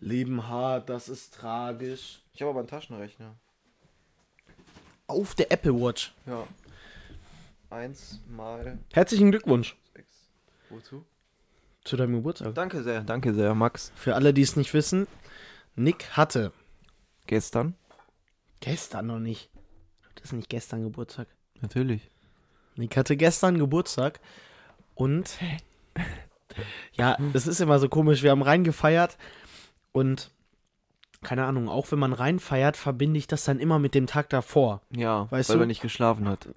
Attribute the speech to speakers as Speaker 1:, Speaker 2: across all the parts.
Speaker 1: Leben hart, das ist tragisch.
Speaker 2: Ich habe aber einen Taschenrechner.
Speaker 1: Auf der Apple Watch.
Speaker 2: Ja. Eins mal
Speaker 1: Herzlichen Glückwunsch
Speaker 2: sechs. Wozu?
Speaker 1: zu deinem Geburtstag.
Speaker 2: Danke sehr, danke sehr, Max.
Speaker 1: Für alle, die es nicht wissen, Nick hatte
Speaker 2: Geht's dann?
Speaker 1: gestern noch nicht. Das ist nicht gestern Geburtstag.
Speaker 2: Natürlich.
Speaker 1: Nick hatte gestern Geburtstag und ja, das ist immer so komisch. Wir haben reingefeiert und keine Ahnung, auch wenn man reinfeiert, verbinde ich das dann immer mit dem Tag davor.
Speaker 2: Ja,
Speaker 1: Weißt
Speaker 2: weil
Speaker 1: du-
Speaker 2: man nicht geschlafen hat.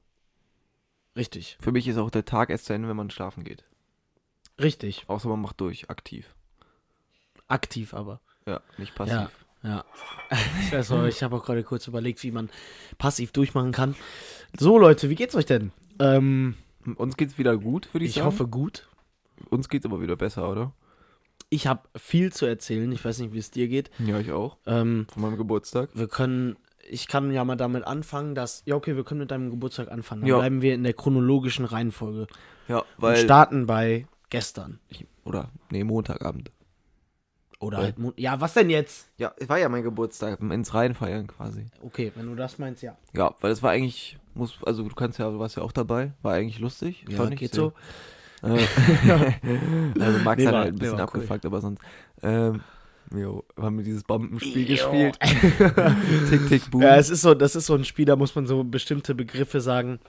Speaker 1: Richtig.
Speaker 2: Für mich ist auch der Tag erst zu Ende, wenn man schlafen geht.
Speaker 1: Richtig.
Speaker 2: Außer man macht durch, aktiv.
Speaker 1: Aktiv aber.
Speaker 2: Ja, nicht passiv.
Speaker 1: Ja. Ja. Ich weiß noch, ich habe auch gerade kurz überlegt, wie man passiv durchmachen kann. So, Leute, wie geht's euch denn? Ähm,
Speaker 2: Uns geht's wieder gut, würde ich,
Speaker 1: ich
Speaker 2: sagen.
Speaker 1: hoffe gut.
Speaker 2: Uns geht's aber wieder besser, oder?
Speaker 1: Ich habe viel zu erzählen. Ich weiß nicht, wie es dir geht.
Speaker 2: Ja, ich auch.
Speaker 1: Ähm,
Speaker 2: Von meinem Geburtstag.
Speaker 1: wir können, ich kann ja mal damit anfangen, dass, ja okay, wir können mit deinem Geburtstag anfangen. Dann
Speaker 2: Ja.
Speaker 1: bleiben wir in der chronologischen Reihenfolge
Speaker 2: Ja,
Speaker 1: und
Speaker 2: weil.
Speaker 1: starten bei gestern.
Speaker 2: Ich, oder, nee, Montagabend.
Speaker 1: Oder
Speaker 2: Weil-
Speaker 1: halt, Mon- ja, was denn jetzt?
Speaker 2: Ja, es war ja mein Geburtstag, ins Reinfeiern quasi.
Speaker 1: Okay, wenn du das meinst, ja.
Speaker 2: Ja, weil es war eigentlich, muss, also du kannst ja, du warst ja auch dabei, war eigentlich lustig.
Speaker 1: Ja,
Speaker 2: fand ich
Speaker 1: geht
Speaker 2: sehr. Äh, also Max
Speaker 1: Nee, war-
Speaker 2: hat halt ein
Speaker 1: nee, war
Speaker 2: bisschen
Speaker 1: cool.
Speaker 2: abgefuckt, aber sonst. Ähm, jo, haben wir dieses Bombenspiel
Speaker 1: Jo.
Speaker 2: gespielt. tick, tick, boom.
Speaker 1: Ja, es ist so, das ist so ein Spiel, da muss man so bestimmte Begriffe sagen.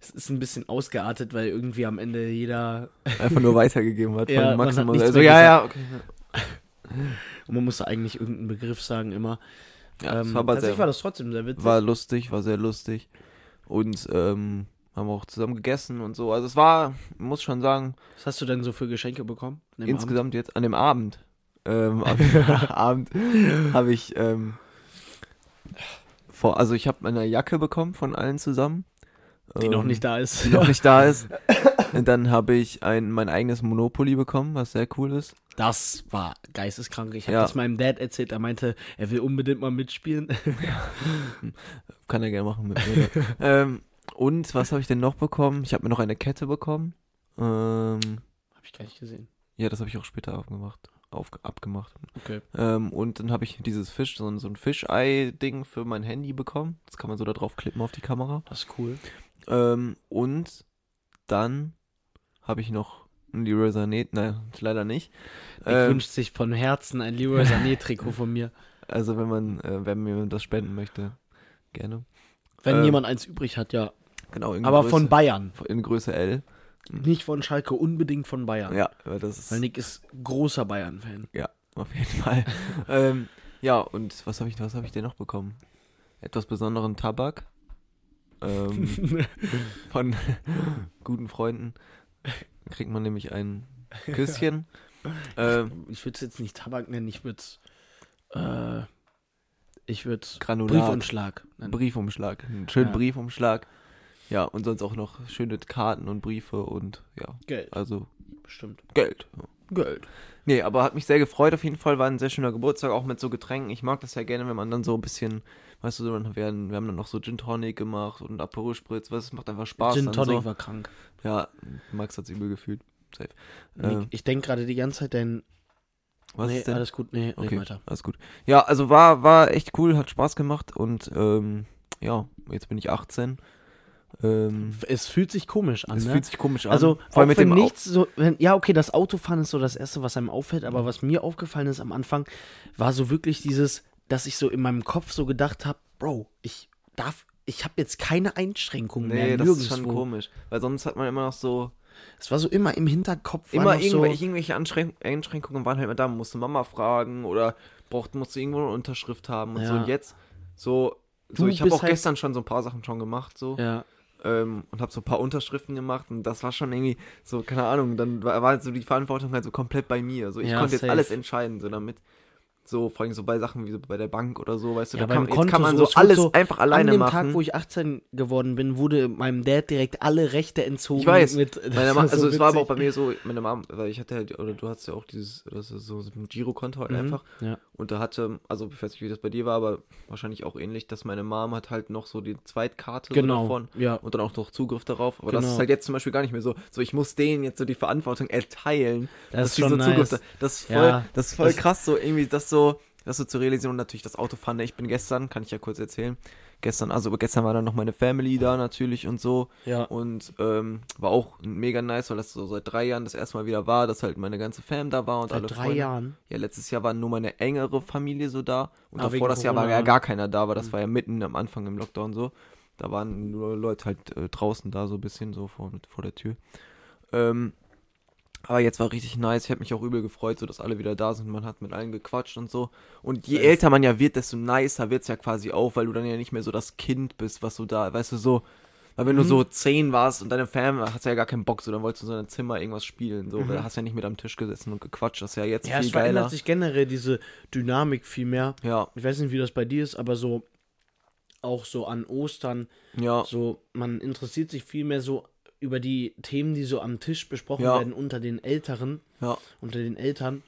Speaker 1: Es ist ein bisschen ausgeartet, weil irgendwie am Ende jeder
Speaker 2: Einfach nur weitergegeben hat.
Speaker 1: Ja,
Speaker 2: von Max
Speaker 1: man hat
Speaker 2: immer so,
Speaker 1: nichts
Speaker 2: also,
Speaker 1: mehr
Speaker 2: ja, ja, okay.
Speaker 1: und man musste eigentlich irgendeinen Begriff sagen immer.
Speaker 2: Ja,
Speaker 1: Ähm,
Speaker 2: es war, aber
Speaker 1: tatsächlich war
Speaker 2: sehr, war,
Speaker 1: das trotzdem sehr witzig.
Speaker 2: lustig, war sehr lustig. Und ähm, haben auch zusammen gegessen und so. Also es war, muss schon sagen,
Speaker 1: Was hast du denn so für Geschenke bekommen? an dem Abend?
Speaker 2: insgesamt jetzt an dem Abend. Ähm, am Abend habe ich ähm, vor, also ich habe eine Jacke bekommen von allen zusammen.
Speaker 1: die
Speaker 2: ähm,
Speaker 1: noch nicht da ist.
Speaker 2: die noch nicht da ist. Und dann habe ich ein, mein eigenes Monopoly bekommen, was sehr cool ist.
Speaker 1: Das war geisteskrank. Ich habe
Speaker 2: Ja.
Speaker 1: das meinem Dad erzählt. Er meinte, er will unbedingt mal mitspielen.
Speaker 2: Kann er gerne machen mit mir. ähm, und was habe ich denn noch bekommen? Ich habe mir noch eine Kette bekommen. Ähm,
Speaker 1: habe ich gar nicht gesehen.
Speaker 2: ja, das habe ich auch später aufgemacht. Auf, abgemacht.
Speaker 1: Okay.
Speaker 2: Ähm, und dann habe ich dieses Fisch, so, ein- so ein Fischei-Ding für mein Handy bekommen. Das kann man so da drauf klippen auf die Kamera.
Speaker 1: Das ist cool.
Speaker 2: Ähm, und dann habe ich noch ein Leroy Sané, nein, leider nicht.
Speaker 1: Nick
Speaker 2: Ähm,
Speaker 1: wünscht sich von Herzen ein Leroy Sané-Trikot von mir.
Speaker 2: also wenn man, äh, wenn mir das spenden möchte, gerne.
Speaker 1: Wenn
Speaker 2: Ähm,
Speaker 1: jemand eins übrig hat, ja.
Speaker 2: Genau, in
Speaker 1: Aber
Speaker 2: Größe,
Speaker 1: von Bayern.
Speaker 2: in Größe L.
Speaker 1: Nicht von Schalke, unbedingt von Bayern.
Speaker 2: Ja, weil das ist
Speaker 1: Weil Nick ist großer Bayern-Fan.
Speaker 2: ja auf jeden Fall. ähm, ja und was habe ich, was habe ich denn noch bekommen? Etwas besonderen Tabak ähm, von guten Freunden kriegt man nämlich ein Küsschen. ähm,
Speaker 1: ich würde es jetzt nicht Tabak nennen, ich würde es. Äh, ich würde es.
Speaker 2: Granulat.
Speaker 1: Briefumschlag nennen.
Speaker 2: Briefumschlag. Einen schönen
Speaker 1: Ja.
Speaker 2: Briefumschlag. Ja, und sonst auch noch schöne Karten und Briefe und ja,
Speaker 1: Geld,
Speaker 2: also
Speaker 1: bestimmt.
Speaker 2: Geld.
Speaker 1: Geld.
Speaker 2: Nee, aber hat mich sehr gefreut auf jeden Fall. War ein sehr schöner Geburtstag, auch mit so Getränken. Ich mag das ja gerne, wenn man dann so ein bisschen, weißt du, so, dann werden, wir haben dann noch so Gin Tonic gemacht und Aperol Spritz. Was, es macht einfach Spaß.
Speaker 1: Gin
Speaker 2: dann
Speaker 1: Tonic
Speaker 2: so.
Speaker 1: war krank.
Speaker 2: Ja, Max hat's übel gefühlt. Safe.
Speaker 1: Nick,
Speaker 2: Äh,
Speaker 1: ich denke gerade die ganze Zeit, dein.
Speaker 2: was
Speaker 1: nee,
Speaker 2: ist denn?
Speaker 1: alles gut, nee, red
Speaker 2: Okay,
Speaker 1: weiter.
Speaker 2: alles gut. Ja, also war, war echt cool, hat Spaß gemacht und ähm, ja, jetzt bin ich 18. Ähm,
Speaker 1: Es fühlt sich komisch an,
Speaker 2: Es
Speaker 1: ne?
Speaker 2: fühlt sich komisch an.
Speaker 1: also,
Speaker 2: vor allem
Speaker 1: auch
Speaker 2: mit
Speaker 1: wenn
Speaker 2: dem Au-
Speaker 1: nichts so, wenn, ja, okay, das Autofahren ist so das Erste, was einem auffällt, aber was mir aufgefallen ist am Anfang, war so wirklich dieses, dass ich so in meinem Kopf so gedacht habe, Bro, ich darf, ich habe jetzt keine Einschränkungen
Speaker 2: Nee,
Speaker 1: mehr,
Speaker 2: das ist schon
Speaker 1: nirgendwo.
Speaker 2: komisch. Weil sonst hat man immer noch so.
Speaker 1: es war so immer im Hinterkopf. war
Speaker 2: Immer
Speaker 1: noch
Speaker 2: irgendwelche,
Speaker 1: so,
Speaker 2: irgendwelche Anschränk Einschränkungen waren halt immer da. Man musste Mama fragen oder braucht, musste irgendwo eine Unterschrift haben und so.
Speaker 1: Ja.
Speaker 2: Und jetzt so. So,
Speaker 1: Du
Speaker 2: ich habe
Speaker 1: bist
Speaker 2: auch
Speaker 1: halt-
Speaker 2: gestern schon so ein paar Sachen schon gemacht, so.
Speaker 1: ja,
Speaker 2: Ähm, und habe so ein paar Unterschriften gemacht. Und das war schon irgendwie so, keine Ahnung. Dann war, war so die Verantwortung halt so komplett bei mir. So, ich
Speaker 1: Ja,
Speaker 2: konnte jetzt
Speaker 1: safe.
Speaker 2: alles entscheiden, so damit. So, vor allem so bei Sachen wie so bei der Bank oder so, weißt du,
Speaker 1: Ja,
Speaker 2: da
Speaker 1: beim
Speaker 2: kann, jetzt kann man so
Speaker 1: Kontosuch,
Speaker 2: alles
Speaker 1: Konto-
Speaker 2: einfach
Speaker 1: An
Speaker 2: alleine
Speaker 1: dem
Speaker 2: machen.
Speaker 1: Tag, wo ich 18 geworden bin, wurde meinem Dad direkt alle Rechte entzogen.
Speaker 2: Ich weiß.
Speaker 1: Mit, das
Speaker 2: Meine Ma
Speaker 1: war so
Speaker 2: also es war aber
Speaker 1: witzig.
Speaker 2: auch bei mir so, meine Mom, weil ich hatte halt, oder du hattest ja auch dieses, das ist so ein Girokonto halt
Speaker 1: Mhm,
Speaker 2: einfach.
Speaker 1: ja.
Speaker 2: Und da hatte, also ich weiß nicht, wie das bei dir war, aber wahrscheinlich auch ähnlich, dass meine Mom hat halt noch so die Zweitkarte
Speaker 1: Genau,
Speaker 2: so davon
Speaker 1: ja.
Speaker 2: und dann auch noch Zugriff darauf. Aber das
Speaker 1: Genau.
Speaker 2: ist halt jetzt zum Beispiel gar nicht mehr so. So, ich muss denen jetzt so die Verantwortung erteilen,
Speaker 1: Das ist
Speaker 2: die
Speaker 1: schon
Speaker 2: so
Speaker 1: nice.
Speaker 2: da- Das ist voll,
Speaker 1: Ja,
Speaker 2: das ist voll
Speaker 1: das-
Speaker 2: krass, so irgendwie das so, das so zu realisieren und natürlich das Autofahren. ne? Ich bin gestern, kann ich ja kurz erzählen. Gestern, also gestern war dann noch meine Family da natürlich und so.
Speaker 1: Ja.
Speaker 2: Und ähm, war auch mega nice, weil das so seit drei Jahren das erste Mal wieder war, dass halt meine ganze Fam da war und
Speaker 1: Seit
Speaker 2: alle
Speaker 1: drei
Speaker 2: Freunde.
Speaker 1: Jahren.
Speaker 2: Ja, letztes Jahr war nur meine engere Familie so da. Und
Speaker 1: Ah, wegen
Speaker 2: davor das Jahr war
Speaker 1: Corona, Mhm.
Speaker 2: ja
Speaker 1: ja.
Speaker 2: gar keiner da, weil das war ja mitten am Anfang im Lockdown so. Da waren nur Leute halt äh, draußen da, so ein bisschen so vor, vor der Tür. Ähm, aber jetzt war richtig nice. Ich habe mich auch übel gefreut, so dass alle wieder da sind. Man hat mit allen gequatscht und so. Und je
Speaker 1: Nice.
Speaker 2: älter man ja wird, desto nicer wird's ja quasi auch, weil du dann ja nicht mehr so das Kind bist, was so da, weißt du, so. Weil wenn
Speaker 1: Mhm.
Speaker 2: du so zehn warst und deine Fam hast ja gar keinen Bock, so dann wolltest du in so einem Zimmer irgendwas spielen. So, weil du hast ja nicht mit am Tisch gesessen und gequatscht. Das ist ja jetzt
Speaker 1: Mhm. Ja,
Speaker 2: viel
Speaker 1: es
Speaker 2: geiler.
Speaker 1: verändert sich generell diese Dynamik viel mehr.
Speaker 2: Ja,
Speaker 1: Ich weiß nicht, wie das bei dir ist, aber so auch so an Ostern,
Speaker 2: ja.
Speaker 1: so man interessiert sich viel mehr so über die Themen, die so am Tisch besprochen
Speaker 2: Ja.
Speaker 1: werden unter den Älteren,
Speaker 2: Ja,
Speaker 1: unter den Eltern,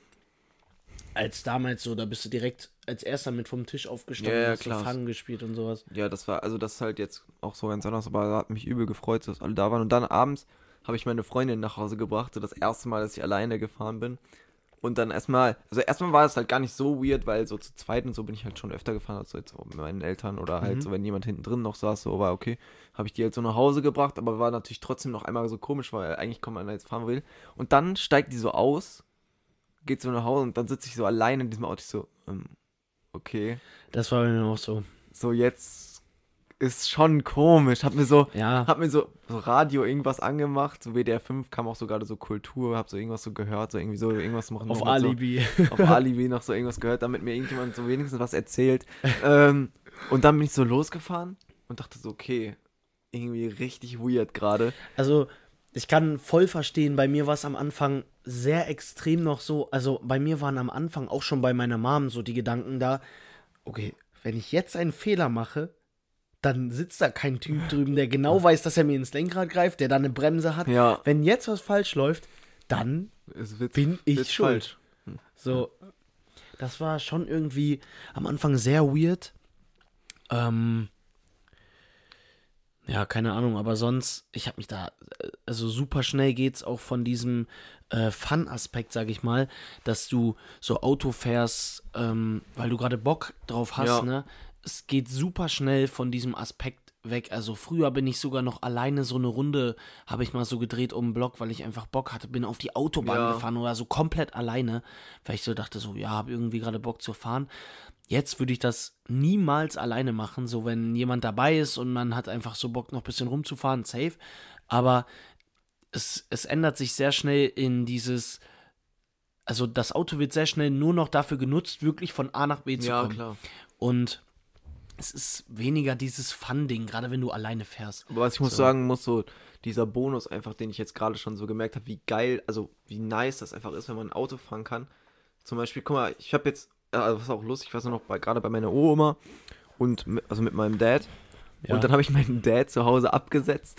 Speaker 1: als damals so. Da bist du direkt als erster mit vom Tisch aufgestanden,
Speaker 2: Ja, ja,
Speaker 1: hast
Speaker 2: klar.
Speaker 1: du Fangen gespielt und sowas.
Speaker 2: ja, das war, also das ist halt jetzt auch so ganz anders, aber hat mich übel gefreut, dass alle da waren. Und dann abends habe ich meine Freundin nach Hause gebracht, so das erste Mal, dass ich alleine gefahren bin. Und dann erstmal, also erstmal war es halt gar nicht so weird, weil so zu zweit und so bin ich halt schon öfter gefahren, als so jetzt mit meinen Eltern oder halt so, wenn jemand hinten drin noch saß, so war okay, habe ich die halt so nach Hause gebracht, aber war natürlich trotzdem noch einmal so komisch, weil eigentlich kommt man da jetzt fahren will. Und dann steigt die so aus, geht so nach Hause und dann sitze ich so alleine in diesem Auto, ich so, ähm, okay.
Speaker 1: Das war bei mir auch so.
Speaker 2: so jetzt ist schon komisch. Hab mir so,
Speaker 1: Ja.
Speaker 2: hab mir so, so Radio irgendwas angemacht, so WDR 5 kam auch so gerade so Kultur, hab so irgendwas so gehört, so irgendwie so irgendwas machen.
Speaker 1: auf
Speaker 2: noch mit
Speaker 1: Alibi.
Speaker 2: So, auf Alibi noch so irgendwas gehört, damit mir irgendjemand so wenigstens was erzählt. ähm, und dann bin ich so losgefahren und dachte so, okay, irgendwie richtig weird gerade.
Speaker 1: Also, ich kann voll verstehen, bei mir war es am Anfang sehr extrem noch so. Also, bei mir waren am Anfang auch schon bei meiner Mom so die Gedanken da, okay, wenn ich jetzt einen Fehler mache, dann sitzt da kein Typ drüben, der genau weiß, dass er mir ins Lenkrad greift, der da eine Bremse hat.
Speaker 2: Ja.
Speaker 1: Wenn jetzt was falsch läuft, dann
Speaker 2: Es wird,
Speaker 1: bin ich
Speaker 2: wird's
Speaker 1: schuld.
Speaker 2: falsch. Hm.
Speaker 1: so. Das war schon irgendwie am Anfang sehr weird. Ähm, ja, keine Ahnung, aber sonst, ich habe mich da, äh, also super schnell geht's auch von diesem äh, Fun-Aspekt, sag ich mal, dass du so Auto fährst, ähm, weil du gerade Bock drauf hast,
Speaker 2: Ja.
Speaker 1: ne? Es geht super schnell von diesem Aspekt weg. Also früher bin ich sogar noch alleine so eine Runde, habe ich mal so gedreht um den Block, weil ich einfach Bock hatte, bin auf die Autobahn
Speaker 2: Ja.
Speaker 1: gefahren oder so komplett alleine, weil ich so dachte, so, ja, habe irgendwie gerade Bock zu fahren. Jetzt würde ich das niemals alleine machen, so wenn jemand dabei ist und man hat einfach so Bock, noch ein bisschen rumzufahren, safe. Aber es, es ändert sich sehr schnell in dieses, also das Auto wird sehr schnell nur noch dafür genutzt, wirklich von A nach B zu
Speaker 2: Ja,
Speaker 1: kommen.
Speaker 2: klar.
Speaker 1: Und es ist weniger dieses Fun-Ding, gerade wenn du alleine fährst.
Speaker 2: Aber was ich muss
Speaker 1: So.
Speaker 2: sagen muss, so dieser Bonus einfach, den ich jetzt gerade schon so gemerkt habe, wie geil, also wie nice das einfach ist, wenn man ein Auto fahren kann. Zum Beispiel, guck mal, ich habe jetzt, äh, also was auch lustig, ich war so noch bei, gerade bei meiner Oma und mit, also mit meinem Dad.
Speaker 1: Ja.
Speaker 2: Und dann habe ich meinen Dad zu Hause abgesetzt,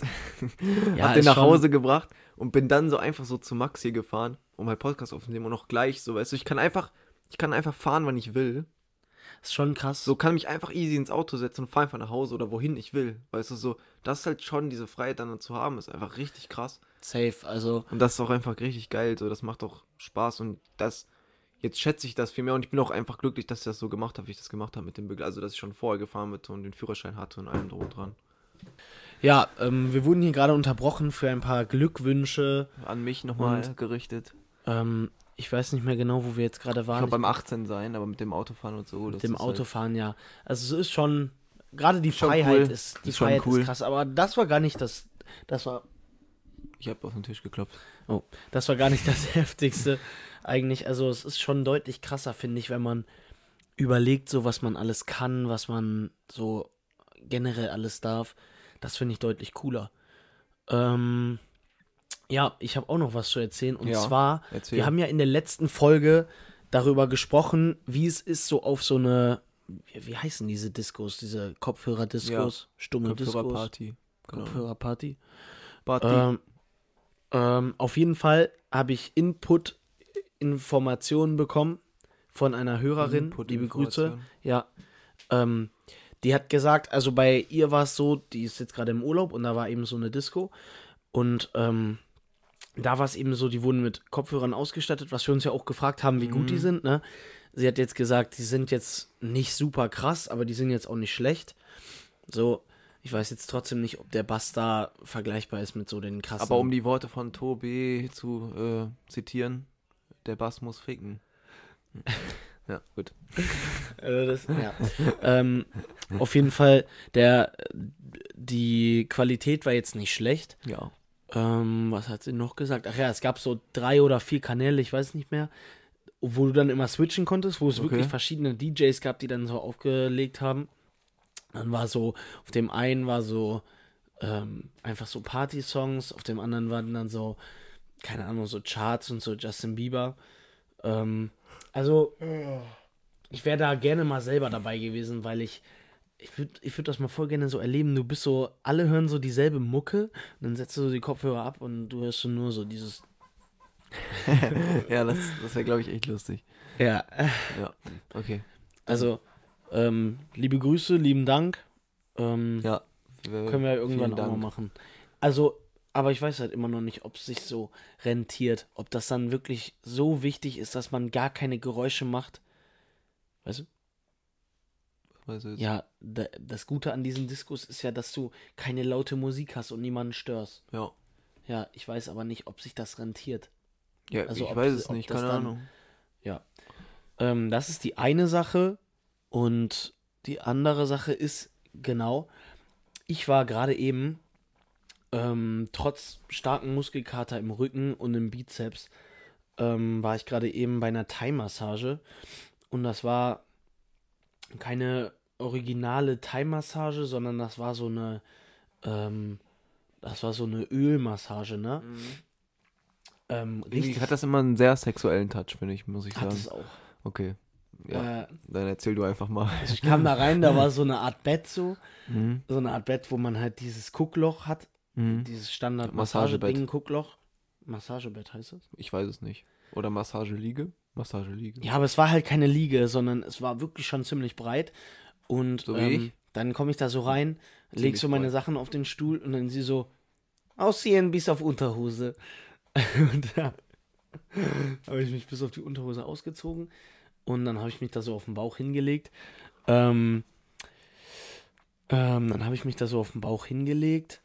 Speaker 1: Ja,
Speaker 2: hab den
Speaker 1: ist
Speaker 2: nach
Speaker 1: schon-
Speaker 2: Hause gebracht und bin dann so einfach so zu Max hier gefahren, um meinen Podcast aufzunehmen und auch gleich so, weißt du, ich kann einfach, ich kann einfach fahren, wann ich will.
Speaker 1: Ist schon krass.
Speaker 2: So kann mich einfach easy ins Auto setzen und fahr einfach nach Hause oder wohin ich will. Weißt du, so, das ist halt schon diese Freiheit dann zu haben, ist einfach richtig krass.
Speaker 1: safe. Also,
Speaker 2: Und das ist auch einfach richtig geil, so, das macht auch Spaß und das, jetzt schätze ich das viel mehr und ich bin auch einfach glücklich, dass ich das so gemacht habe, wie ich das gemacht habe mit dem Begleiter, also dass ich schon vorher gefahren bin und den Führerschein hatte und allem drum und dran.
Speaker 1: ja, ähm, wir wurden hier gerade unterbrochen für ein paar Glückwünsche.
Speaker 2: An mich nochmal
Speaker 1: Und-
Speaker 2: gerichtet.
Speaker 1: Ähm, ich weiß nicht mehr genau, wo wir jetzt gerade
Speaker 2: Ich
Speaker 1: waren.
Speaker 2: glaube beim 18 sein, aber mit dem Autofahren und so.
Speaker 1: mit dem Autofahren, ja. Also es ist schon, gerade die
Speaker 2: halt Schon
Speaker 1: Freiheit
Speaker 2: cool.
Speaker 1: ist, die
Speaker 2: Ist schon
Speaker 1: Freiheit
Speaker 2: cool.
Speaker 1: ist krass. Aber das war gar nicht das, das war,
Speaker 2: ich habe auf den Tisch geklopft.
Speaker 1: oh, das war gar nicht das Heftigste eigentlich. Also es ist schon deutlich krasser, finde ich, wenn man überlegt, so was man alles kann, was man so generell alles darf. Das finde ich deutlich cooler. Ähm, ja, ich habe auch noch was zu erzählen. Und
Speaker 2: Ja,
Speaker 1: zwar,
Speaker 2: erzähl.
Speaker 1: wir haben ja in der letzten Folge darüber gesprochen, wie es ist, so auf so eine, wie, wie heißen diese Diskos, diese Kopfhörer-Diskos, stumme Diskos,
Speaker 2: Kopfhörerparty. Genau.
Speaker 1: Kopfhörerparty.
Speaker 2: Party.
Speaker 1: Ähm, ähm, auf jeden Fall habe ich Input, Informationen bekommen von einer Hörerin,
Speaker 2: Input,
Speaker 1: liebe Grüße.
Speaker 2: Information.
Speaker 1: Ja. Ähm, die hat gesagt, also bei ihr war es so, die ist jetzt gerade im Urlaub und da war eben so eine Disco. Und ähm, da war es eben so, die wurden mit Kopfhörern ausgestattet, was wir uns ja auch gefragt haben, wie gut
Speaker 2: Mhm.
Speaker 1: die sind. Ne? Sie hat jetzt gesagt, die sind jetzt nicht super krass, aber die sind jetzt auch nicht schlecht. So, ich weiß jetzt trotzdem nicht, ob der Bass da vergleichbar ist mit so den krassen.
Speaker 2: Aber um die Worte von Tobi zu äh, zitieren, der Bass muss ficken. Ja, gut.
Speaker 1: Also das, ja. ähm, auf jeden Fall, der, die Qualität war jetzt nicht schlecht.
Speaker 2: Ja.
Speaker 1: Ähm, was hat sie noch gesagt? Ach ja, es gab so drei oder vier Kanäle, ich weiß nicht mehr, wo du dann immer switchen konntest, wo es
Speaker 2: Okay.
Speaker 1: wirklich verschiedene DJs gab, die dann so aufgelegt haben. Dann war so, auf dem einen war so ähm, einfach so Party-Songs, auf dem anderen waren dann so, keine Ahnung, so Charts und so Justin Bieber. Ähm, also, ich wäre da gerne mal selber dabei gewesen, weil ich ich würde ich würd das mal voll gerne so erleben. Du bist so, alle hören so dieselbe Mucke und dann setzt du so die Kopfhörer ab und du hörst so nur so dieses.
Speaker 2: ja, das, das wäre, glaube ich, echt lustig.
Speaker 1: Ja.
Speaker 2: Ja, okay.
Speaker 1: Also, ähm, liebe Grüße, lieben Dank. Ähm,
Speaker 2: Ja.
Speaker 1: Können wir irgendwann
Speaker 2: vielen
Speaker 1: auch mal
Speaker 2: Dank.
Speaker 1: machen. Also, aber ich weiß halt immer noch nicht, ob es sich so rentiert, ob das dann wirklich so wichtig ist, dass man gar keine Geräusche macht. Weißt du?
Speaker 2: Weißt du jetzt-
Speaker 1: Ja, da, das Gute an diesen Diskus ist ja, dass du keine laute Musik hast und niemanden störst.
Speaker 2: ja.
Speaker 1: Ja, ich weiß aber nicht, ob sich das rentiert.
Speaker 2: Ja,
Speaker 1: Also
Speaker 2: ich
Speaker 1: ob
Speaker 2: weiß
Speaker 1: das-
Speaker 2: es
Speaker 1: ob
Speaker 2: nicht,
Speaker 1: das
Speaker 2: keine
Speaker 1: dann-
Speaker 2: Ahnung.
Speaker 1: Ähm, das ist die eine Sache. Und die andere Sache ist, genau, ich war gerade eben ähm, trotz starken Muskelkater im Rücken und im Bizeps, ähm, war ich gerade eben bei einer Thai-Massage. Und das war keine originale Thai-Massage, sondern das war so eine, ähm, das war so eine Ölmassage, ne? Ähm,
Speaker 2: Irgendwie
Speaker 1: richtig.
Speaker 2: hat das immer einen sehr sexuellen Touch, finde ich, muss ich
Speaker 1: hat
Speaker 2: sagen.
Speaker 1: es auch.
Speaker 2: Okay. Ja,
Speaker 1: Äh,
Speaker 2: dann erzähl du einfach mal.
Speaker 1: Also ich kam da rein, da war so eine Art Bett so,
Speaker 2: Mhm.
Speaker 1: so eine Art Bett, wo man halt dieses Guckloch hat,
Speaker 2: Mhm.
Speaker 1: dieses Standard
Speaker 2: Massagebett.
Speaker 1: Massagebett Guckloch. Massagebett heißt es?
Speaker 2: Ich weiß es nicht. Oder Massageliege? Massageliege.
Speaker 1: Ja, aber es war halt keine Liege, sondern es war wirklich schon ziemlich breit und
Speaker 2: So wie
Speaker 1: ähm,
Speaker 2: ich?
Speaker 1: dann komme ich da so rein, leg
Speaker 2: Ziemlich
Speaker 1: so meine
Speaker 2: breit.
Speaker 1: Sachen auf den Stuhl und dann sie so aussehen bis auf Unterhose. und da habe ich mich bis auf die Unterhose ausgezogen und dann habe ich mich da so auf den Bauch hingelegt. Ähm, ähm, dann habe ich mich da so auf den Bauch hingelegt.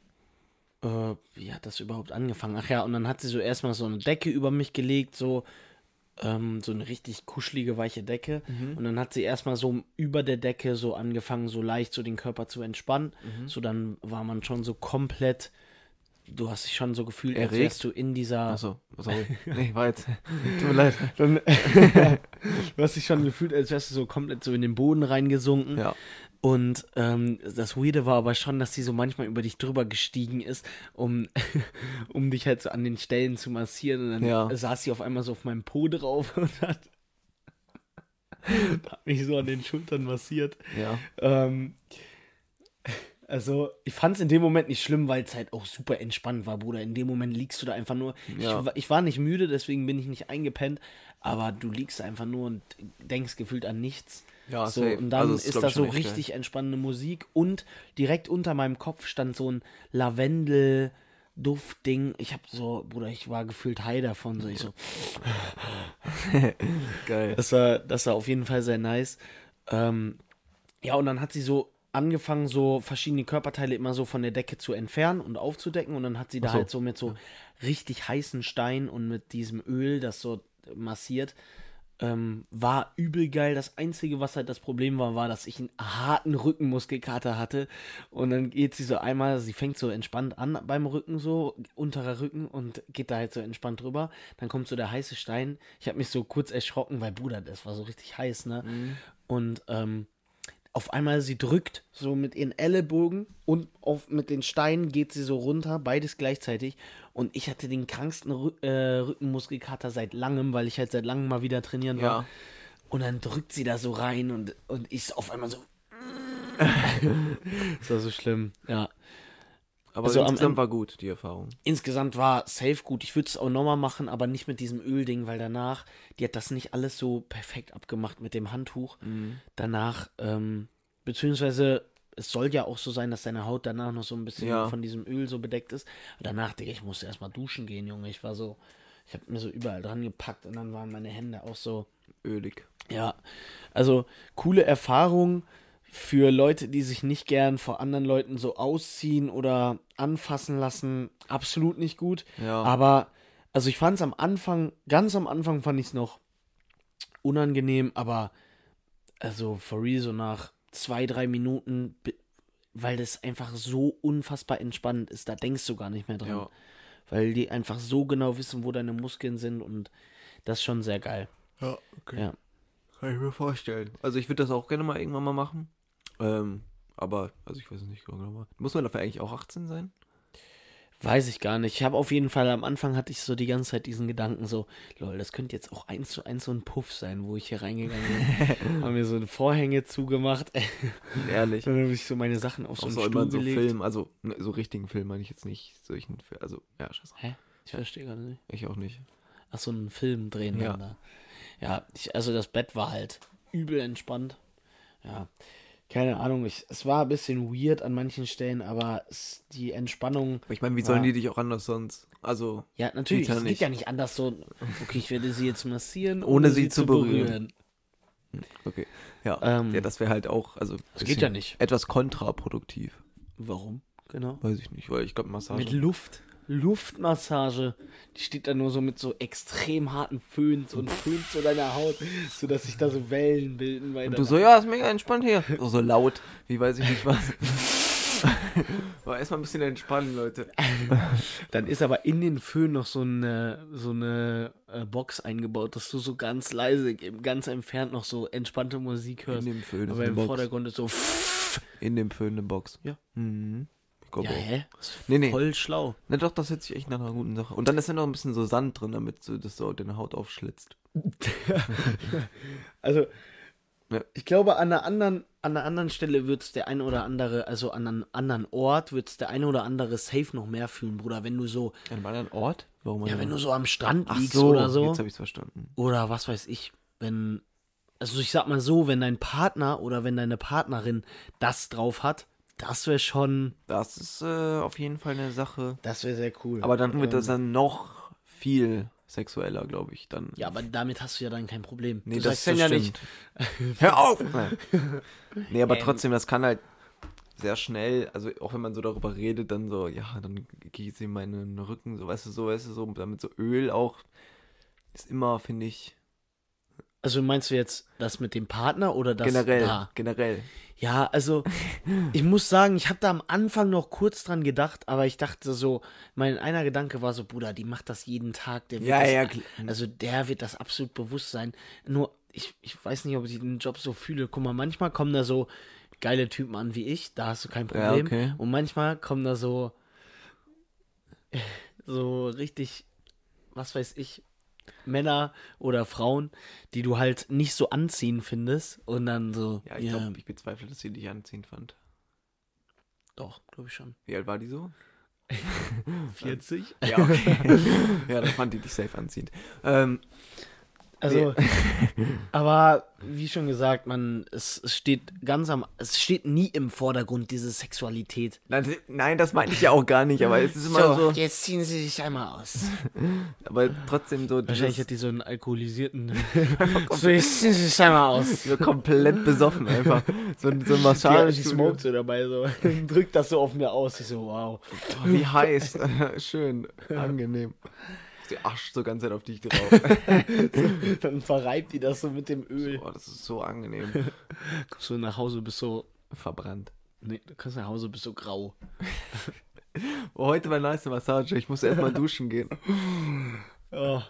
Speaker 1: Äh, wie hat das überhaupt angefangen? Ach ja, und dann hat sie so erstmal so eine Decke über mich gelegt, so, ähm, so eine richtig kuschelige, weiche Decke. Und dann hat sie erstmal so über der Decke so angefangen, so leicht so den Körper zu entspannen. So dann war man schon so komplett, du hast dich schon so gefühlt, als
Speaker 2: Erregt?
Speaker 1: wärst du in dieser
Speaker 2: Achso, sorry. nee, war jetzt. Tut mir leid.
Speaker 1: dann, du hast dich schon gefühlt, als wärst du so komplett so in den Boden reingesunken.
Speaker 2: Ja.
Speaker 1: Und ähm, das Weirde war aber schon, dass sie so manchmal über dich drüber gestiegen ist, um, um dich halt so an den Stellen zu massieren. Und dann
Speaker 2: Ja.
Speaker 1: saß sie auf einmal so auf meinem Po drauf und hat, hat mich so an den Schultern massiert.
Speaker 2: Ja.
Speaker 1: Ähm, also, ich fand es in dem Moment nicht schlimm, weil es halt auch super entspannt war, Bruder. In dem Moment liegst du da einfach nur.
Speaker 2: Ja.
Speaker 1: Ich, wa- ich war nicht müde, deswegen bin ich nicht eingepennt, aber du liegst einfach nur und denkst gefühlt an nichts.
Speaker 2: Ja,
Speaker 1: so,
Speaker 2: safe.
Speaker 1: und dann
Speaker 2: Also, das ist,
Speaker 1: ist
Speaker 2: glaub
Speaker 1: da
Speaker 2: ich,
Speaker 1: so
Speaker 2: schon echt geil.
Speaker 1: richtig entspannende Musik und direkt unter meinem Kopf stand so ein Lavendel. Duftding, ich hab so, Bruder, ich war gefühlt high davon, so ich so.
Speaker 2: Geil.
Speaker 1: Das war, das war auf jeden Fall sehr nice. Ähm, ja, und dann hat sie so angefangen, so verschiedene Körperteile immer so von der Decke zu entfernen und aufzudecken. Und dann hat sie da
Speaker 2: Ach so.
Speaker 1: halt so mit so richtig heißen Stein und mit diesem Öl, das so massiert. Ähm, war übel geil. Das Einzige, was halt das Problem war, war, dass ich einen harten Rückenmuskelkater hatte. Und dann geht sie so einmal, sie fängt so entspannt an beim Rücken, so unterer Rücken und geht da halt so entspannt drüber. Dann kommt so der heiße Stein.
Speaker 2: Mhm.
Speaker 1: Ich habe mich so kurz erschrocken, weil Bruder, das war so richtig heiß, ne? Und ähm, auf einmal sie drückt so mit ihren Ellenbogen und auf, mit den Steinen geht sie so runter, beides gleichzeitig. Und ich hatte den kranksten Rü äh, Rückenmuskelkater seit langem, weil ich halt seit langem mal wieder trainieren war.
Speaker 2: Ja.
Speaker 1: Und dann drückt sie da so rein und, und ich auf einmal so. das war so schlimm. Ja.
Speaker 2: Aber
Speaker 1: Also am
Speaker 2: insgesamt
Speaker 1: Ende-
Speaker 2: war gut, die Erfahrung.
Speaker 1: Insgesamt war safe gut. Ich würde es auch nochmal machen, aber nicht mit diesem Ölding, weil danach, die hat das nicht alles so perfekt abgemacht mit dem Handtuch.
Speaker 2: Mhm.
Speaker 1: Danach, ähm, beziehungsweise es soll ja auch so sein, dass deine Haut danach noch so ein bisschen
Speaker 2: Ja.
Speaker 1: von diesem Öl so bedeckt ist. Und danach, Digga, ich musste erstmal duschen gehen, Junge. Ich war so, ich habe mir so überall dran gepackt und dann waren meine Hände auch so.
Speaker 2: Ölig.
Speaker 1: Ja, also coole Erfahrung für Leute, die sich nicht gern vor anderen Leuten so ausziehen oder anfassen lassen. Absolut nicht gut.
Speaker 2: Ja.
Speaker 1: Aber, also ich fand es am Anfang, ganz am Anfang fand ich es noch unangenehm, aber also for real so nach zwei, drei Minuten, bi- weil das einfach so unfassbar entspannend ist, da denkst du gar nicht mehr dran.
Speaker 2: Ja.
Speaker 1: Weil die einfach so genau wissen, wo deine Muskeln sind und das ist schon sehr geil.
Speaker 2: Ja, okay.
Speaker 1: Ja.
Speaker 2: Kann ich mir vorstellen. Also ich würde das auch gerne mal irgendwann mal machen. Ähm, aber, also ich weiß es nicht genau. Muss man dafür eigentlich auch 18 sein?
Speaker 1: Weiß ich gar nicht. Ich habe auf jeden Fall am Anfang hatte ich so die ganze Zeit diesen Gedanken so, lol, das könnte jetzt auch eins zu eins so ein Puff sein, wo ich hier reingegangen bin. haben mir so Vorhänge zugemacht.
Speaker 2: Ehrlich.
Speaker 1: Dann habe ich so meine Sachen auf so
Speaker 2: Auch
Speaker 1: einen
Speaker 2: so
Speaker 1: Stuhl
Speaker 2: immer in so
Speaker 1: gelegt.
Speaker 2: Film, also ne, so richtigen Film meine ich jetzt nicht solchen Film. Also, ja, scheiße.
Speaker 1: Hä? Ich verstehe gerade nicht.
Speaker 2: Ich auch nicht.
Speaker 1: Ach, so einen Film drehen.
Speaker 2: Ja.
Speaker 1: dann da. ja ich, also das Bett war halt übel entspannt. Ja. Keine Ahnung, ich, es war ein bisschen weird an manchen Stellen, aber es, die Entspannung
Speaker 2: Aber ich meine, wie sollen
Speaker 1: Ja.
Speaker 2: die dich auch anders sonst? Also,
Speaker 1: Ja, natürlich,
Speaker 2: Geht ja
Speaker 1: es geht
Speaker 2: nicht.
Speaker 1: ja nicht anders so. Okay, ich werde sie jetzt massieren,
Speaker 2: Ohne sie zu berühren. okay. Ja,
Speaker 1: Ähm,
Speaker 2: ja das wäre halt auch, also.
Speaker 1: Das
Speaker 2: bisschen
Speaker 1: geht ja nicht.
Speaker 2: Etwas kontraproduktiv.
Speaker 1: Warum? Genau.
Speaker 2: Weiß ich nicht, weil ich glaube, Massage.
Speaker 1: Mit Luft. Luftmassage. Die steht da nur so mit so extrem harten Föhns und föhnt so deine Haut, sodass sich da so Wellen bilden. Bei
Speaker 2: Und du
Speaker 1: deiner-
Speaker 2: so, ja, ist mega entspannt hier. So, so laut, wie weiß ich nicht was. War erstmal ein bisschen entspannen, Leute.
Speaker 1: Dann ist aber in den Föhn noch so eine, so eine äh, Box eingebaut, dass du so ganz leise, ganz entfernt noch so entspannte Musik
Speaker 2: In
Speaker 1: hörst.
Speaker 2: dem Föhn ist
Speaker 1: Aber
Speaker 2: eine
Speaker 1: im
Speaker 2: Box.
Speaker 1: Vordergrund ist so.
Speaker 2: In dem Föhn eine Box.
Speaker 1: Ja.
Speaker 2: Mhm. Ich glaub
Speaker 1: Ja,
Speaker 2: auch.
Speaker 1: hä?
Speaker 2: Nee, nee.
Speaker 1: Voll schlau.
Speaker 2: Na doch, das hört sich echt nach einer guten Sache. Und dann ist ja noch ein bisschen so Sand drin, damit so, dass du auch deine Haut aufschlitzt.
Speaker 1: Also,
Speaker 2: Ja.
Speaker 1: ich glaube, an einer anderen, an einer anderen Stelle wird es der ein oder andere, also an einem anderen Ort, wird es der ein oder andere safe noch mehr fühlen, Bruder. Wenn du so,
Speaker 2: An einem anderen Ort? Warum
Speaker 1: ja,
Speaker 2: an-
Speaker 1: wenn du so am Strand
Speaker 2: Ach
Speaker 1: liegst
Speaker 2: so,
Speaker 1: oder so.
Speaker 2: jetzt habe ich es verstanden.
Speaker 1: Oder was weiß ich, wenn, also ich sag mal so, wenn dein Partner oder wenn deine Partnerin das drauf hat, das wäre schon,
Speaker 2: Das ist äh, auf jeden Fall eine Sache.
Speaker 1: das wäre sehr cool. Ähm,
Speaker 2: Aber dann wird das dann noch viel sexueller, glaube ich. Dann.
Speaker 1: Ja, aber damit hast du ja dann kein Problem.
Speaker 2: Nee,
Speaker 1: du
Speaker 2: das,
Speaker 1: sagst dann
Speaker 2: das
Speaker 1: ja nicht,
Speaker 2: stimmt. Hör auf! Nein. Nee, aber trotzdem, das kann halt sehr schnell, also auch wenn man so darüber redet, dann so, ja, dann geht sie in meinen Rücken, so, weißt du, so, weißt du, so, damit so Öl auch, ist immer, finde ich,
Speaker 1: also meinst du jetzt das mit dem Partner oder das
Speaker 2: generell,
Speaker 1: da?
Speaker 2: generell.
Speaker 1: Ja, also ich muss sagen, ich habe da am Anfang noch kurz dran gedacht, aber ich dachte so, mein einer Gedanke war so, Bruder, die macht das jeden Tag, der wird
Speaker 2: Ja,
Speaker 1: das,
Speaker 2: ja, kl-
Speaker 1: also der wird das absolut bewusst sein. Nur ich, ich weiß nicht, ob ich den Job so fühle. Guck mal, manchmal kommen da so geile Typen an wie ich, da hast du kein
Speaker 2: Ja,
Speaker 1: Problem.
Speaker 2: okay.
Speaker 1: Und manchmal kommen da so so richtig, was weiß ich, Männer oder Frauen, die du halt nicht so anziehend findest und dann so
Speaker 2: Ja, ich glaube, ich bezweifle, dass sie dich anziehend fand.
Speaker 1: doch, glaube ich schon.
Speaker 2: Wie alt war die so?
Speaker 1: 40?
Speaker 2: Ja, okay. ja, dann fand die dich safe anziehend. Ähm,
Speaker 1: Also, aber wie schon gesagt, man, es, es steht ganz am, es steht nie im Vordergrund diese Sexualität.
Speaker 2: nein, nein, das meinte ich ja auch gar nicht, aber es ist immer so,
Speaker 1: jetzt ziehen sie sich einmal aus.
Speaker 2: aber trotzdem so,
Speaker 1: Wahrscheinlich
Speaker 2: dieses-
Speaker 1: hat die so einen alkoholisierten. so, jetzt ziehen sie sich einmal aus.
Speaker 2: so komplett besoffen einfach. So, ein- so ein Massage.
Speaker 1: so dabei, so drückt das so auf mir aus. Ich so, wow.
Speaker 2: Oh, wie heiß. Schön. Angenehm. Sie ascht so ganz Zeit auf dich drauf.
Speaker 1: Dann verreibt die das so mit dem Öl.
Speaker 2: Boah, das ist so angenehm.
Speaker 1: Kommst du nach Hause, bist so.
Speaker 2: Verbrannt.
Speaker 1: Nee, du kommst nach Hause, bist so grau.
Speaker 2: Oh, heute war eine nice Massage. Ich muss erstmal duschen gehen.
Speaker 1: Oh.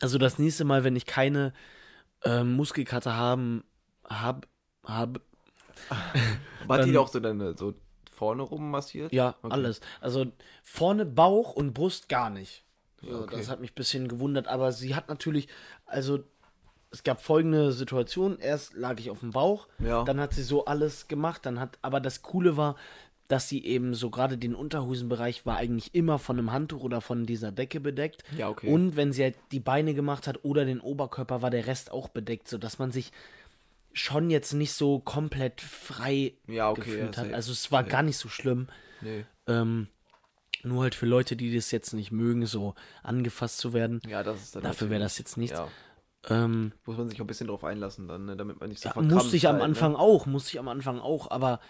Speaker 1: Also das nächste Mal, wenn ich keine ähm, Muskelkater haben, hab, hab,
Speaker 2: War die
Speaker 1: Dann-
Speaker 2: auch so deine, so vorne rum massiert?
Speaker 1: Ja,
Speaker 2: Okay.
Speaker 1: alles. Also vorne Bauch und Brust gar nicht. So,
Speaker 2: okay.
Speaker 1: Das hat mich ein bisschen gewundert, aber sie hat natürlich, also es gab folgende Situation. Erst lag ich auf dem Bauch,
Speaker 2: Ja.
Speaker 1: dann hat sie so alles gemacht, dann hat, aber das Coole war, dass sie eben so gerade den Unterhosenbereich war eigentlich immer von einem Handtuch oder von dieser Decke bedeckt.
Speaker 2: Ja, okay.
Speaker 1: Und wenn sie halt die Beine gemacht hat oder den Oberkörper, war der Rest auch bedeckt, sodass man sich schon jetzt nicht so komplett frei
Speaker 2: Ja, okay,
Speaker 1: gefühlt
Speaker 2: ja,
Speaker 1: hat.
Speaker 2: safe,
Speaker 1: Also es war gar nicht so schlimm.
Speaker 2: Nee.
Speaker 1: Ähm, nur halt für Leute, die das jetzt nicht mögen, so angefasst zu werden.
Speaker 2: Ja, das ist dann.
Speaker 1: Dafür wäre das jetzt nichts.
Speaker 2: Ja.
Speaker 1: Ähm,
Speaker 2: Muss man sich auch ein bisschen drauf einlassen dann, ne? damit man nicht so
Speaker 1: ja,
Speaker 2: verkrampft
Speaker 1: musste ich am
Speaker 2: halt,
Speaker 1: Anfang
Speaker 2: Ne?
Speaker 1: auch, musste ich am Anfang auch, aber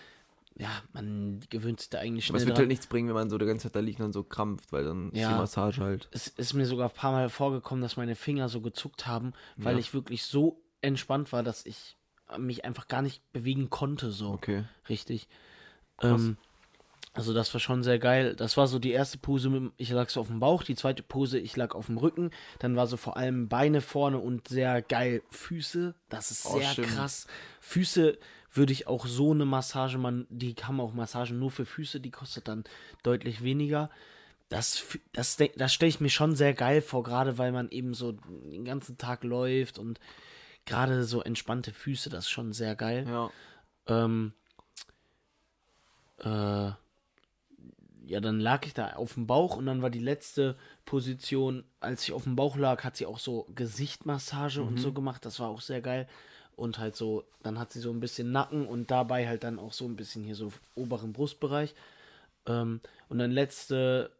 Speaker 1: ja, man gewöhnt sich da eigentlich
Speaker 2: Aber
Speaker 1: schnell
Speaker 2: es wird
Speaker 1: dran.
Speaker 2: halt nichts bringen, wenn man so die ganze Zeit da liegt und dann so krampft, weil dann ist
Speaker 1: Ja.
Speaker 2: die Massage halt.
Speaker 1: es ist mir sogar ein paar Mal vorgekommen, dass meine Finger so gezuckt haben, weil ich wirklich so entspannt war, dass ich mich einfach gar nicht bewegen konnte, so
Speaker 2: Okay.
Speaker 1: richtig. Ähm, also das war schon sehr geil. Das war so die erste Pose, mit, dem- ich lag so auf dem Bauch, die zweite Pose, ich lag auf dem Rücken. Dann war so vor allem Beine vorne und sehr geil Füße. Das ist
Speaker 2: Oh,
Speaker 1: sehr
Speaker 2: stimmt.
Speaker 1: krass. Füße würde ich auch so eine Massage, man, die haben auch Massagen nur für Füße, die kostet dann deutlich weniger. Das, fü- das, de- das stelle ich mir schon sehr geil vor, gerade weil man eben so den ganzen Tag läuft und gerade so entspannte Füße, das ist schon sehr geil.
Speaker 2: Ja.
Speaker 1: Ähm, äh, ja, dann lag ich da auf dem Bauch und dann war die letzte Position, als ich auf dem Bauch lag, hat sie auch so Gesichtmassage und so gemacht. Das war auch sehr geil. Und halt so, dann hat sie so ein bisschen Nacken und dabei halt dann auch so ein bisschen hier so oberen Brustbereich. Ähm, und dann letzte,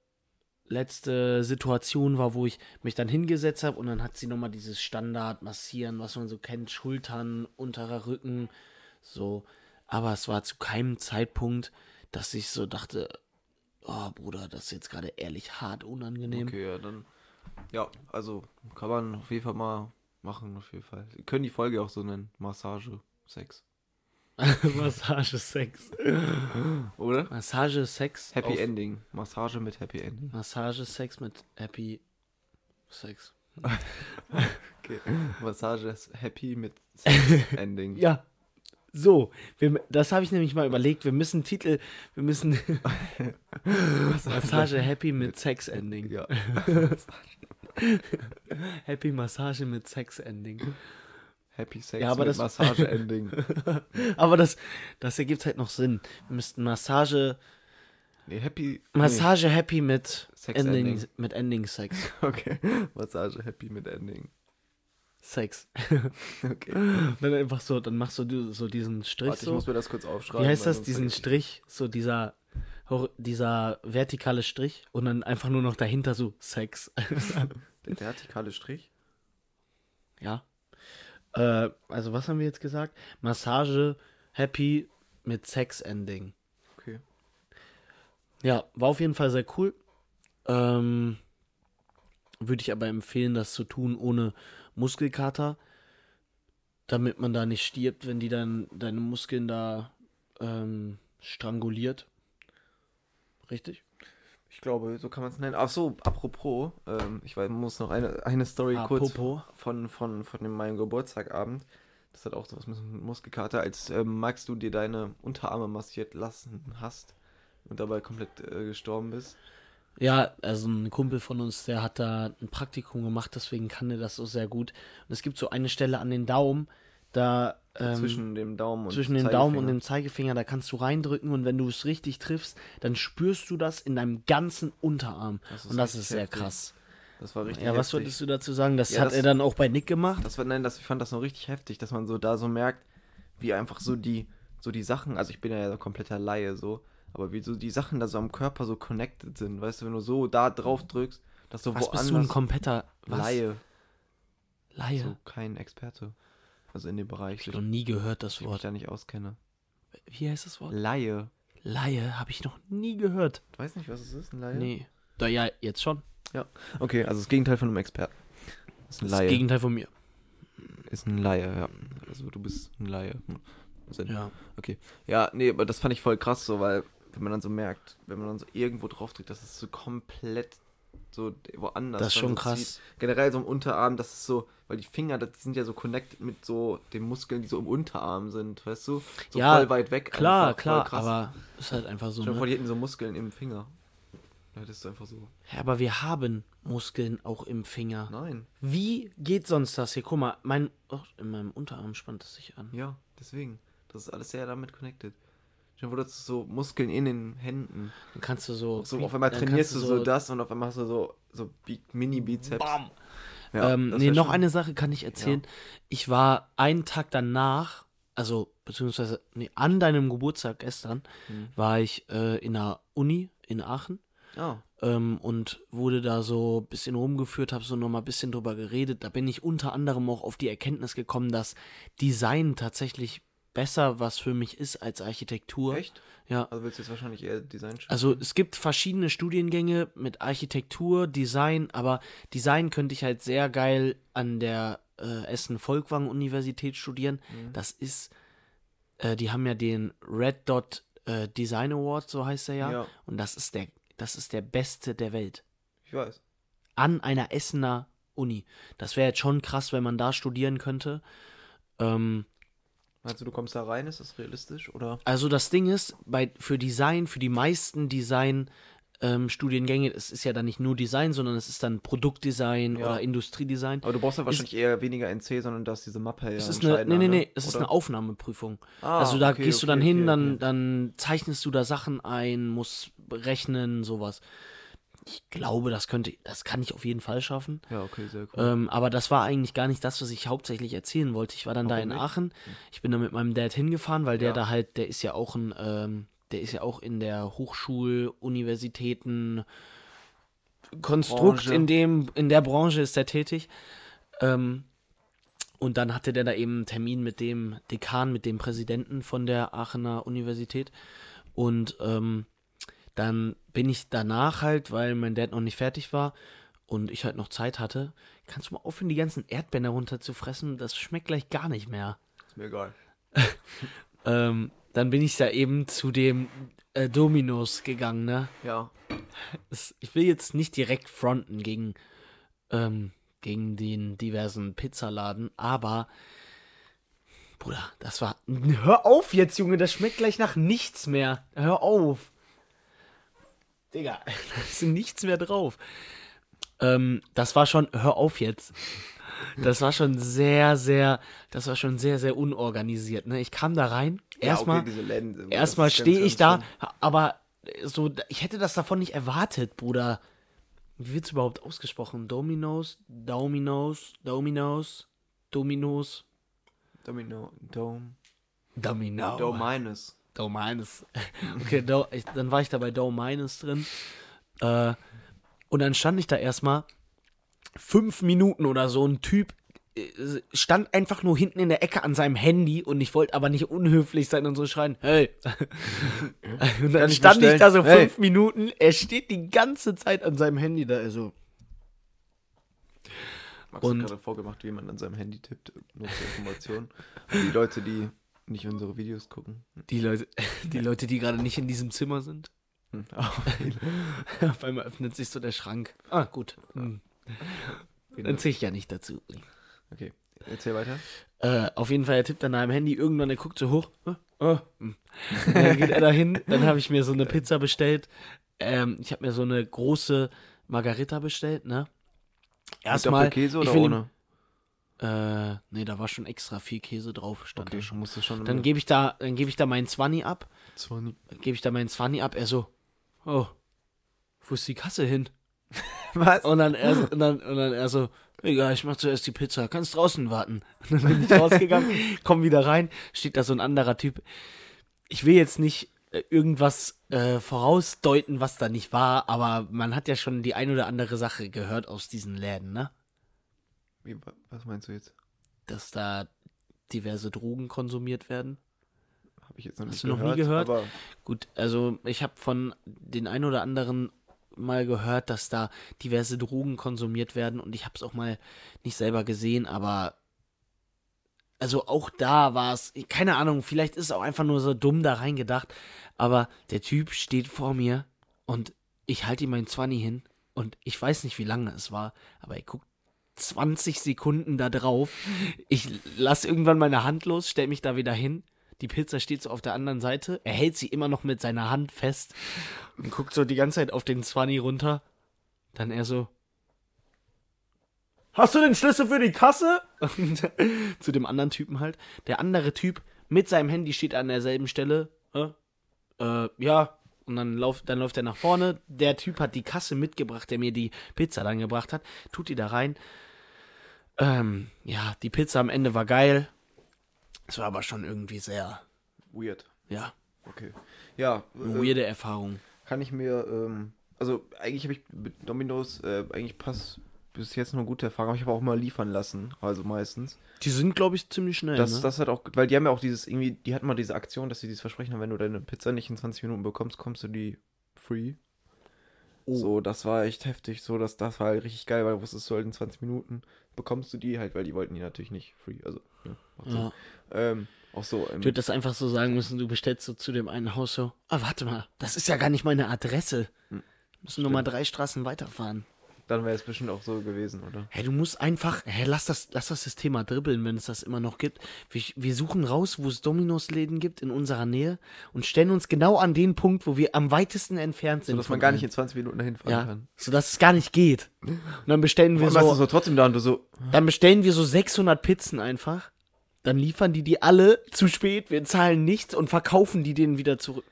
Speaker 1: letzte Situation war, wo ich mich dann hingesetzt habe und dann hat sie nochmal dieses Standard-Massieren, was man so kennt, Schultern, unterer Rücken, so. Aber es war zu keinem Zeitpunkt, dass ich so dachte, oh Bruder, das ist jetzt gerade ehrlich hart unangenehm.
Speaker 2: Okay, ja, dann. Ja, also kann man auf jeden Fall mal machen, auf jeden Fall. Wir können die Folge auch so nennen. Massage, Sex.
Speaker 1: Massage, Sex.
Speaker 2: Oder?
Speaker 1: Massage, Sex.
Speaker 2: Happy
Speaker 1: auf-
Speaker 2: Ending. Massage mit Happy Ending.
Speaker 1: Massage, Sex mit Happy Sex.
Speaker 2: Okay. Massage ist Happy mit Sex Ending.
Speaker 1: Ja. So, wir, das habe ich nämlich mal überlegt. Wir müssen Titel, wir müssen Massage Happy mit Sex Ending.
Speaker 2: Ja.
Speaker 1: Happy Massage mit Sex Ending.
Speaker 2: Happy Sex
Speaker 1: Ja, aber
Speaker 2: mit
Speaker 1: das-
Speaker 2: Massage Ending.
Speaker 1: Aber das, das ergibt halt noch Sinn. Wir müssten Massage,
Speaker 2: Nee, Happy.
Speaker 1: Massage Happy mit
Speaker 2: Sex
Speaker 1: Ending,
Speaker 2: Ending.
Speaker 1: mit Ending Sex.
Speaker 2: Nee. Okay. Massage Happy mit Ending.
Speaker 1: Sex.
Speaker 2: Okay.
Speaker 1: Dann einfach so, dann machst du di- so diesen Strich
Speaker 2: Warte, ich
Speaker 1: so.
Speaker 2: muss mir das kurz aufschreiben.
Speaker 1: Wie heißt
Speaker 2: weil
Speaker 1: das,
Speaker 2: sonst
Speaker 1: diesen
Speaker 2: vergesse
Speaker 1: Strich? So dieser, hor- dieser vertikale Strich und dann einfach nur noch dahinter so Sex.
Speaker 2: ich- Der vertikale Strich?
Speaker 1: ja. Äh, also was haben wir jetzt gesagt? Massage, Happy mit Sex-Ending.
Speaker 2: Okay.
Speaker 1: Ja, war auf jeden Fall sehr cool. Ähm, Würde ich aber empfehlen, das zu tun ohne Muskelkater, damit man da nicht stirbt, wenn die dann deine Muskeln da ähm, stranguliert. Richtig?
Speaker 2: Ich glaube, so kann man es nennen. Ach so, apropos, ähm, ich weiß, muss noch eine, eine Story
Speaker 1: Apropos.
Speaker 2: kurz von, von, von dem, meinem Geburtstagabend. Das hat auch sowas mit Muskelkater, als ähm, Max du dir deine Unterarme massiert lassen hast und dabei komplett äh, gestorben bist.
Speaker 1: Ja, also ein Kumpel von uns, der hat da ein Praktikum gemacht, deswegen kann er das so sehr gut. Und es gibt so eine Stelle an den Daumen, da ähm,
Speaker 2: zwischen dem Daumen und
Speaker 1: zwischen den Daumen und
Speaker 2: Zeigefinger.
Speaker 1: dem Zeigefinger, da kannst du reindrücken und wenn du es richtig triffst, dann spürst du das in deinem ganzen Unterarm.
Speaker 2: Das ist
Speaker 1: und das
Speaker 2: richtig
Speaker 1: ist sehr
Speaker 2: heftig.
Speaker 1: krass.
Speaker 2: Das war richtig
Speaker 1: Ja, was
Speaker 2: heftig.
Speaker 1: würdest du dazu sagen? Das
Speaker 2: Ja,
Speaker 1: hat
Speaker 2: das-
Speaker 1: er dann auch bei Nick gemacht.
Speaker 2: Das war, nein, das, ich fand das noch richtig heftig, dass man so da so merkt, wie einfach so die, so die Sachen, also ich bin ja kompletter Laie so, aber wie so die Sachen da so am Körper so connected sind, weißt du, wenn du so da drauf drückst, dass du
Speaker 1: was
Speaker 2: Also woanders.
Speaker 1: bist du ein kompletter was?
Speaker 2: Laie,
Speaker 1: Laie.
Speaker 2: so kein Experte. Also in dem Bereich,
Speaker 1: Ich
Speaker 2: so,
Speaker 1: habe noch
Speaker 2: dass
Speaker 1: nie gehört das
Speaker 2: ich mich
Speaker 1: Wort.
Speaker 2: da nicht auskenne.
Speaker 1: Wie heißt das Wort?
Speaker 2: Laie.
Speaker 1: Laie habe ich noch nie gehört.
Speaker 2: Du weißt nicht, was es ist, ein Laie?
Speaker 1: Nee. Da ja, jetzt schon.
Speaker 2: Ja. Okay, also das Gegenteil von einem Experten. Ist ein
Speaker 1: Das
Speaker 2: Laie.
Speaker 1: Gegenteil von mir.
Speaker 2: ist ein Laie, ja. Also du bist ein Laie. Hm. Sinn.
Speaker 1: Ja.
Speaker 2: Okay. Ja, nee, aber das fand ich voll krass so, weil wenn man dann so merkt, wenn man dann so irgendwo drauf drückt, dass es so komplett So woanders.
Speaker 1: Das ist
Speaker 2: dann
Speaker 1: schon
Speaker 2: so
Speaker 1: krass.
Speaker 2: zieht. Generell so im Unterarm, das ist so, weil die Finger, das die sind ja so connected mit so den Muskeln, die so im Unterarm sind, weißt du? So
Speaker 1: Ja,
Speaker 2: voll weit weg.
Speaker 1: Klar,
Speaker 2: einfach, voll
Speaker 1: klar,
Speaker 2: krass.
Speaker 1: aber ist halt einfach so.
Speaker 2: Stell dir vor,
Speaker 1: Ne?
Speaker 2: die hätten so Muskeln im Finger. Da hättest du einfach so.
Speaker 1: Ja, aber wir haben Muskeln auch im Finger.
Speaker 2: Nein.
Speaker 1: Wie geht sonst das hier? Guck mal, mein. Oh, in meinem Unterarm spannt es sich an.
Speaker 2: Ja, deswegen. Das ist alles sehr damit connected. Stell dir vor, du hast so Muskeln in den Händen.
Speaker 1: Dann kannst du so.
Speaker 2: So, auf einmal
Speaker 1: dann
Speaker 2: trainierst du
Speaker 1: kannst
Speaker 2: so, das und auf einmal hast du so, so Bi- Mini-Bizeps.
Speaker 1: Bam!
Speaker 2: Ja,
Speaker 1: ähm,
Speaker 2: das
Speaker 1: nee,
Speaker 2: wär
Speaker 1: noch
Speaker 2: schön.
Speaker 1: eine Sache kann ich erzählen. Ich war einen Tag danach, also beziehungsweise nee, an deinem Geburtstag gestern,
Speaker 2: Mhm.
Speaker 1: war ich äh, in der Uni in Aachen
Speaker 2: Ja,
Speaker 1: ähm, und wurde da so ein bisschen rumgeführt, habe so nochmal ein bisschen drüber geredet. Da bin ich unter anderem auch auf die Erkenntnis gekommen, dass Design tatsächlich besser was für mich ist als Architektur.
Speaker 2: echt?
Speaker 1: Ja.
Speaker 2: Also willst du jetzt wahrscheinlich eher Design studieren?
Speaker 1: Also es gibt verschiedene Studiengänge mit Architektur, Design, aber Design könnte ich halt sehr geil an der äh, Essen-Volkwang-Universität studieren.
Speaker 2: Mhm.
Speaker 1: Das ist, äh, die haben ja den Red Dot äh, Design Award, so heißt er ja.
Speaker 2: Ja.
Speaker 1: Und das ist der, das ist der beste der Welt.
Speaker 2: Ich weiß.
Speaker 1: An einer Essener Uni. Das wäre jetzt schon krass, wenn man da studieren könnte. Ähm,
Speaker 2: Meinst du, du kommst da rein? Ist das realistisch? Oder?
Speaker 1: Also das Ding ist, bei, für Design, für die meisten Design-Studiengänge, es ist ja dann nicht nur Design, sondern es ist dann Produktdesign
Speaker 2: Ja.
Speaker 1: oder Industriedesign.
Speaker 2: Aber du brauchst ja wahrscheinlich eher weniger NC, sondern dass diese Mappe ja
Speaker 1: Es ist eine, nee, nee, nee, es ist eine
Speaker 2: ne? oder?
Speaker 1: Aufnahmeprüfung.
Speaker 2: Ah,
Speaker 1: also da
Speaker 2: okay,
Speaker 1: gehst du
Speaker 2: okay,
Speaker 1: dann hin,
Speaker 2: okay,
Speaker 1: dann,
Speaker 2: okay.
Speaker 1: dann zeichnest du da Sachen ein, musst rechnen, sowas. Ich glaube, das könnte, das kann ich auf jeden Fall schaffen.
Speaker 2: Ja, okay, sehr cool.
Speaker 1: Ähm, aber das war eigentlich gar nicht das, was ich hauptsächlich erzählen wollte. Ich war dann da
Speaker 2: Warum
Speaker 1: in
Speaker 2: nicht? Hm.
Speaker 1: Aachen. Ich bin da mit meinem Dad hingefahren, weil der
Speaker 2: Ja.
Speaker 1: da halt, der ist ja auch ein, ähm, der ist ja auch in der Hochschul-, Universitäten, Konstrukt,
Speaker 2: Branche.
Speaker 1: in dem, in der Branche ist der tätig. Ähm, und dann hatte der da eben einen Termin mit dem Dekan, mit dem Präsidenten von der Aachener Universität. Und ähm, dann bin ich danach halt, weil mein Dad noch nicht fertig war und ich halt noch Zeit hatte, kannst du mal aufhören, die ganzen Erdbeeren runter zu fressen? Das schmeckt gleich gar nicht mehr.
Speaker 2: ist mir egal.
Speaker 1: Ähm, dann bin ich da eben zu dem äh, Dominos gegangen, ne?
Speaker 2: Ja.
Speaker 1: Es- Ich will jetzt nicht direkt fronten gegen, ähm, gegen den diversen Pizzaladen, aber. Bruder, das war. Hör auf jetzt, Junge, das schmeckt gleich nach nichts mehr. Hör auf. Digga, da ist nichts mehr drauf. Ähm, das war schon. Hör auf jetzt. Das war schon sehr, sehr. Das war schon sehr, sehr unorganisiert, ne? Ich kam da rein. Erstmal.
Speaker 2: ja, okay, diese Läden sind-
Speaker 1: Erstmal
Speaker 2: das ist
Speaker 1: stehe
Speaker 2: ganz,
Speaker 1: ich da,
Speaker 2: ganz
Speaker 1: aber so, ich hätte das davon nicht erwartet, Bruder. Wie wird's überhaupt ausgesprochen? Dominos, Dominos, Dominos, Dominos,
Speaker 2: schlimm. Domino. Dome.
Speaker 1: Domino.
Speaker 2: Dome minus.
Speaker 1: Dominus. Okay, Do, ich, dann war ich da bei Dominus drin. Äh, und dann stand ich da erstmal fünf Minuten oder so. Ein Typ äh, stand einfach nur hinten in der Ecke an seinem Handy und ich wollte aber nicht unhöflich sein und so schreien, hey. und dann
Speaker 2: ich
Speaker 1: stand ich
Speaker 2: bestellen?
Speaker 1: da so
Speaker 2: Hey.
Speaker 1: fünf Minuten. Er steht die ganze Zeit an seinem Handy da. Also,
Speaker 2: Max
Speaker 1: Und-
Speaker 2: hat gerade vorgemacht, wie man an seinem Handy tippt. Nur zur Information. Für die Leute, die nicht unsere Videos gucken.
Speaker 1: die Leute, die Leute, die gerade nicht in diesem Zimmer sind.
Speaker 2: Hm. Auch viele.
Speaker 1: Auf einmal öffnet sich so der Schrank. Ah, gut. Hm.
Speaker 2: Genau.
Speaker 1: Dann zähle ich ja nicht dazu.
Speaker 2: Okay, erzähl weiter.
Speaker 1: Äh, auf jeden Fall, er tippt an einem Handy, irgendwann, er guckt so hoch. Äh, äh, hm. Und Dann geht er dahin, dann habe ich mir so eine Pizza bestellt. Ähm, ich habe mir so eine große Margarita bestellt, ne? Erstmal.
Speaker 2: Doppelkäse
Speaker 1: ich
Speaker 2: oder
Speaker 1: will ihm-
Speaker 2: ohne?
Speaker 1: Äh, nee, da war schon extra viel Käse drauf, stand da
Speaker 2: Okay,
Speaker 1: schon.
Speaker 2: musst du schon.
Speaker 1: Dann gebe ich da, dann gebe ich da meinen Zwanni ab,
Speaker 2: Zwani.
Speaker 1: gebe ich da meinen Zwanni ab, er so, oh, wo ist die Kasse hin?
Speaker 2: Was?
Speaker 1: Und dann er, so- und dann, und dann er so, egal, ich mach zuerst die Pizza, kannst draußen warten. Und dann bin ich rausgegangen, komm wieder rein, steht da so ein anderer Typ. Ich will jetzt nicht äh, irgendwas äh, vorausdeuten, was da nicht war, aber man hat ja schon die ein oder andere Sache gehört aus diesen Läden, ne?
Speaker 2: Wie, wa- was meinst du jetzt?
Speaker 1: Dass da diverse Drogen konsumiert werden.
Speaker 2: Habe ich jetzt noch
Speaker 1: Hast
Speaker 2: nicht
Speaker 1: du noch
Speaker 2: gehört.
Speaker 1: nie gehört?
Speaker 2: Aber
Speaker 1: Gut, also ich habe von den ein oder anderen mal gehört, dass da diverse Drogen konsumiert werden und ich habe es auch mal nicht selber gesehen, aber also auch da war es, keine Ahnung, vielleicht ist auch einfach nur so dumm da reingedacht, aber der Typ steht vor mir und ich halte ihm meinen Zwanni hin Und ich weiß nicht, wie lange es war, aber ich guckt 20 Sekunden da drauf. Ich lasse irgendwann meine Hand los, stell mich da wieder hin. Die Pizza steht so auf der anderen Seite. Er hält sie immer noch mit seiner Hand fest und guckt so die ganze Zeit auf den Zwanni runter. Dann er so. Hast du den Schlüssel für die Kasse? Und zu dem anderen Typen halt. Der andere Typ mit seinem Handy steht an derselben Stelle. Äh, äh, ja. Und dann, lauf, dann läuft er nach vorne. Der Typ hat die Kasse mitgebracht, der mir die Pizza dann gebracht hat. Tut die da rein. Ähm, ja, die Pizza am Ende war geil. Es war aber schon irgendwie sehr,
Speaker 2: Weird.
Speaker 1: ja,
Speaker 2: Okay. Ja,
Speaker 1: eine
Speaker 2: äh,
Speaker 1: weirde Erfahrung.
Speaker 2: kann ich mir, ähm, also eigentlich habe ich mit Dominos, äh, eigentlich passt bis jetzt nur gute Erfahrungen, aber ich habe auch mal liefern lassen, also meistens.
Speaker 1: Die sind, glaube ich, ziemlich schnell.
Speaker 2: Das,
Speaker 1: ne?
Speaker 2: das hat auch, weil die haben ja auch dieses, irgendwie, die hatten mal diese Aktion, dass sie dieses Versprechen haben, wenn du deine Pizza nicht in 20 Minuten bekommst, kommst du die free.
Speaker 1: Oh.
Speaker 2: So, das war echt heftig, so, das, das war halt richtig geil, weil du wusstest du halt in 20 Minuten bekommst du die halt, weil die wollten die natürlich nicht free, also, ja, macht Sinn.
Speaker 1: ja.
Speaker 2: Ähm, auch so, ähm,
Speaker 1: Ich würde das einfach so sagen müssen, du bestellst so zu dem einen Haus so, ah, warte mal, das ist ja gar nicht meine Adresse.
Speaker 2: Hm.
Speaker 1: Müssen nur mal drei Straßen weiterfahren.
Speaker 2: dann wäre es bestimmt auch so gewesen, oder?
Speaker 1: Hey, du musst einfach, hey, lass das, lass das System mal dribbeln, wenn es das immer noch gibt. Wir, wir suchen raus, wo es Dominos-Läden gibt in unserer Nähe und stellen uns genau an den Punkt, wo wir am weitesten entfernt sind.
Speaker 2: So, dass man
Speaker 1: von
Speaker 2: gar nicht
Speaker 1: allen.
Speaker 2: in 20 Minuten dahin fahren
Speaker 1: ja,
Speaker 2: kann.
Speaker 1: sodass es gar nicht geht. Und dann bestellen wir
Speaker 2: Warum hast du
Speaker 1: so,
Speaker 2: so trotzdem da und du so,
Speaker 1: Dann bestellen wir so 600 Pizzen einfach. Dann liefern die die alle zu spät. Wir zahlen nichts und verkaufen die denen wieder zurück.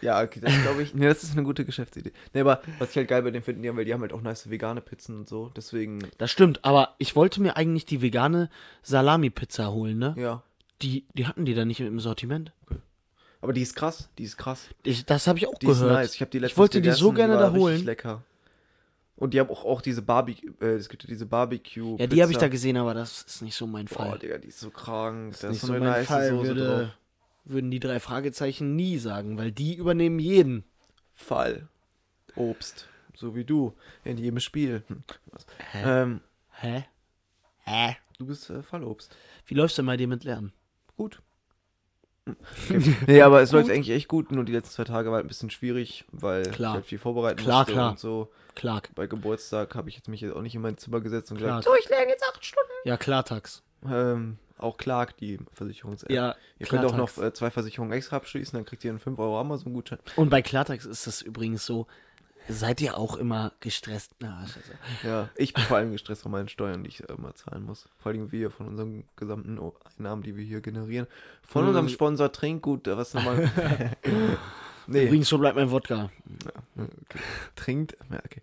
Speaker 2: Ja, okay, das glaube ich. Nee, das ist eine gute Geschäftsidee. Nee, aber was ich halt geil bei denen finde, die haben, weil die haben halt auch nice vegane Pizzen und so. Deswegen,
Speaker 1: Das stimmt, aber ich wollte mir eigentlich die vegane Salami-Pizza holen, ne?
Speaker 2: ja.
Speaker 1: Die, die hatten die da nicht im Sortiment.
Speaker 2: Aber die ist krass, die ist krass.
Speaker 1: Ich, das habe ich auch
Speaker 2: Die
Speaker 1: gehört.
Speaker 2: ist nice. Ich habe die letztens
Speaker 1: ich wollte die so
Speaker 2: gegessen,
Speaker 1: gerne
Speaker 2: war
Speaker 1: da
Speaker 2: richtig
Speaker 1: holen.
Speaker 2: lecker. Und die haben auch, auch diese Barbecue, äh, es gibt ja diese Barbecue.
Speaker 1: Ja, die habe ich da gesehen, aber das ist nicht so mein Fall.
Speaker 2: Boah, Digga, die ist so krank.
Speaker 1: das
Speaker 2: da
Speaker 1: ist nicht so
Speaker 2: ist so eine
Speaker 1: mein
Speaker 2: nice
Speaker 1: Fall.
Speaker 2: Soße
Speaker 1: würde,
Speaker 2: drauf.
Speaker 1: Würden die drei Fragezeichen nie sagen, weil die übernehmen jeden.
Speaker 2: Fall. Obst. So wie du. In jedem Spiel. Hm. Was?
Speaker 1: Hä?
Speaker 2: Ähm,
Speaker 1: Hä? Hä?
Speaker 2: du bist äh, Fallobst.
Speaker 1: Wie läuft's denn bei dir mit Lernen?
Speaker 2: Gut. Hm. Nee, aber es läuft
Speaker 1: Gut.
Speaker 2: eigentlich echt gut, nur die letzten zwei Tage war ein bisschen schwierig, weil
Speaker 1: Klar.
Speaker 2: ich halt viel vorbereiten
Speaker 1: Klar,
Speaker 2: musste
Speaker 1: klar.
Speaker 2: und so.
Speaker 1: Clark.
Speaker 2: Bei Geburtstag habe ich jetzt mich jetzt auch nicht in mein Zimmer gesetzt und
Speaker 1: Klar.
Speaker 2: gesagt, so, ich lerne jetzt acht Stunden.
Speaker 1: Ja, Klartax.
Speaker 2: Ähm, auch Clark, die Versicherungs-App.
Speaker 1: Ja,
Speaker 2: ihr könnt auch
Speaker 1: Klartax.
Speaker 2: noch äh, zwei Versicherungen extra abschließen, dann kriegt ihr einen 5 Euro Amazon-Gutschein.
Speaker 1: Und bei Klartax ist es übrigens so, seid ihr auch immer gestresst? Na, also. scheiße.
Speaker 2: Ja, ich bin vor allem gestresst von meinen Steuern, die ich äh, immer zahlen muss. Vor allem wir von unseren gesamten O- Einnahmen, die wir hier generieren. Von
Speaker 1: Mhm.
Speaker 2: unserem Sponsor Trinkgut, äh, was nochmal. nee,
Speaker 1: Übrigens, so bleibt mein Wodka.
Speaker 2: Okay. Trinkt. Ja, okay.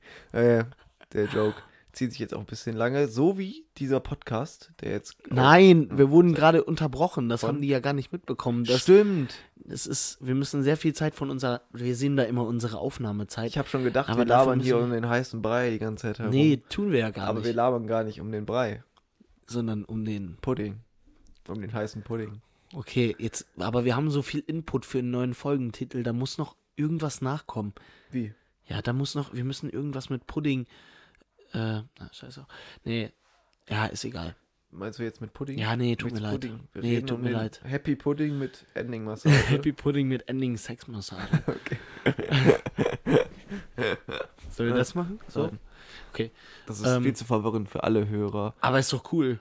Speaker 2: Äh, der Joke zieht sich jetzt auch ein bisschen lange. So wie dieser Podcast, der jetzt.
Speaker 1: Nein, wir wurden gerade unterbrochen. Das
Speaker 2: Von-
Speaker 1: haben die ja gar nicht mitbekommen.
Speaker 2: Das
Speaker 1: Das,
Speaker 2: Stimmt.
Speaker 1: es ist, wir müssen sehr viel Zeit von unserer, wir sehen da immer unsere
Speaker 2: Ich
Speaker 1: Aufnahmezeit.
Speaker 2: habe schon gedacht,
Speaker 1: Aber
Speaker 2: wir
Speaker 1: dafür
Speaker 2: labern hier
Speaker 1: müssen-
Speaker 2: um den heißen Brei die ganze Zeit herum.
Speaker 1: Nee, tun wir ja gar
Speaker 2: aber wir
Speaker 1: nicht,
Speaker 2: labern gar nicht um den Brei.
Speaker 1: sondern um den.
Speaker 2: Pudding. Um den heißen Pudding.
Speaker 1: Okay, jetzt, aber wir haben so viel Input für einen neuen Folgentitel, da muss noch irgendwas nachkommen.
Speaker 2: Wie?
Speaker 1: Ja, da muss noch, wir müssen irgendwas mit Pudding. Äh, na, scheiße. Nee, ja, ist egal.
Speaker 2: Meinst du jetzt mit Pudding?
Speaker 1: Ja, nee, tut
Speaker 2: Mit
Speaker 1: mir leid.
Speaker 2: Pudding. Wir
Speaker 1: Nee,
Speaker 2: reden
Speaker 1: tut
Speaker 2: um
Speaker 1: mir
Speaker 2: den
Speaker 1: leid.
Speaker 2: Happy Pudding mit Ending Massage.
Speaker 1: Happy Pudding mit Ending Sexmassage.
Speaker 2: Okay.
Speaker 1: Sollen wir das machen? So?
Speaker 2: Nein.
Speaker 1: Okay.
Speaker 2: Das ist
Speaker 1: Ähm.
Speaker 2: viel zu verwirrend für alle Hörer.
Speaker 1: Aber ist doch cool.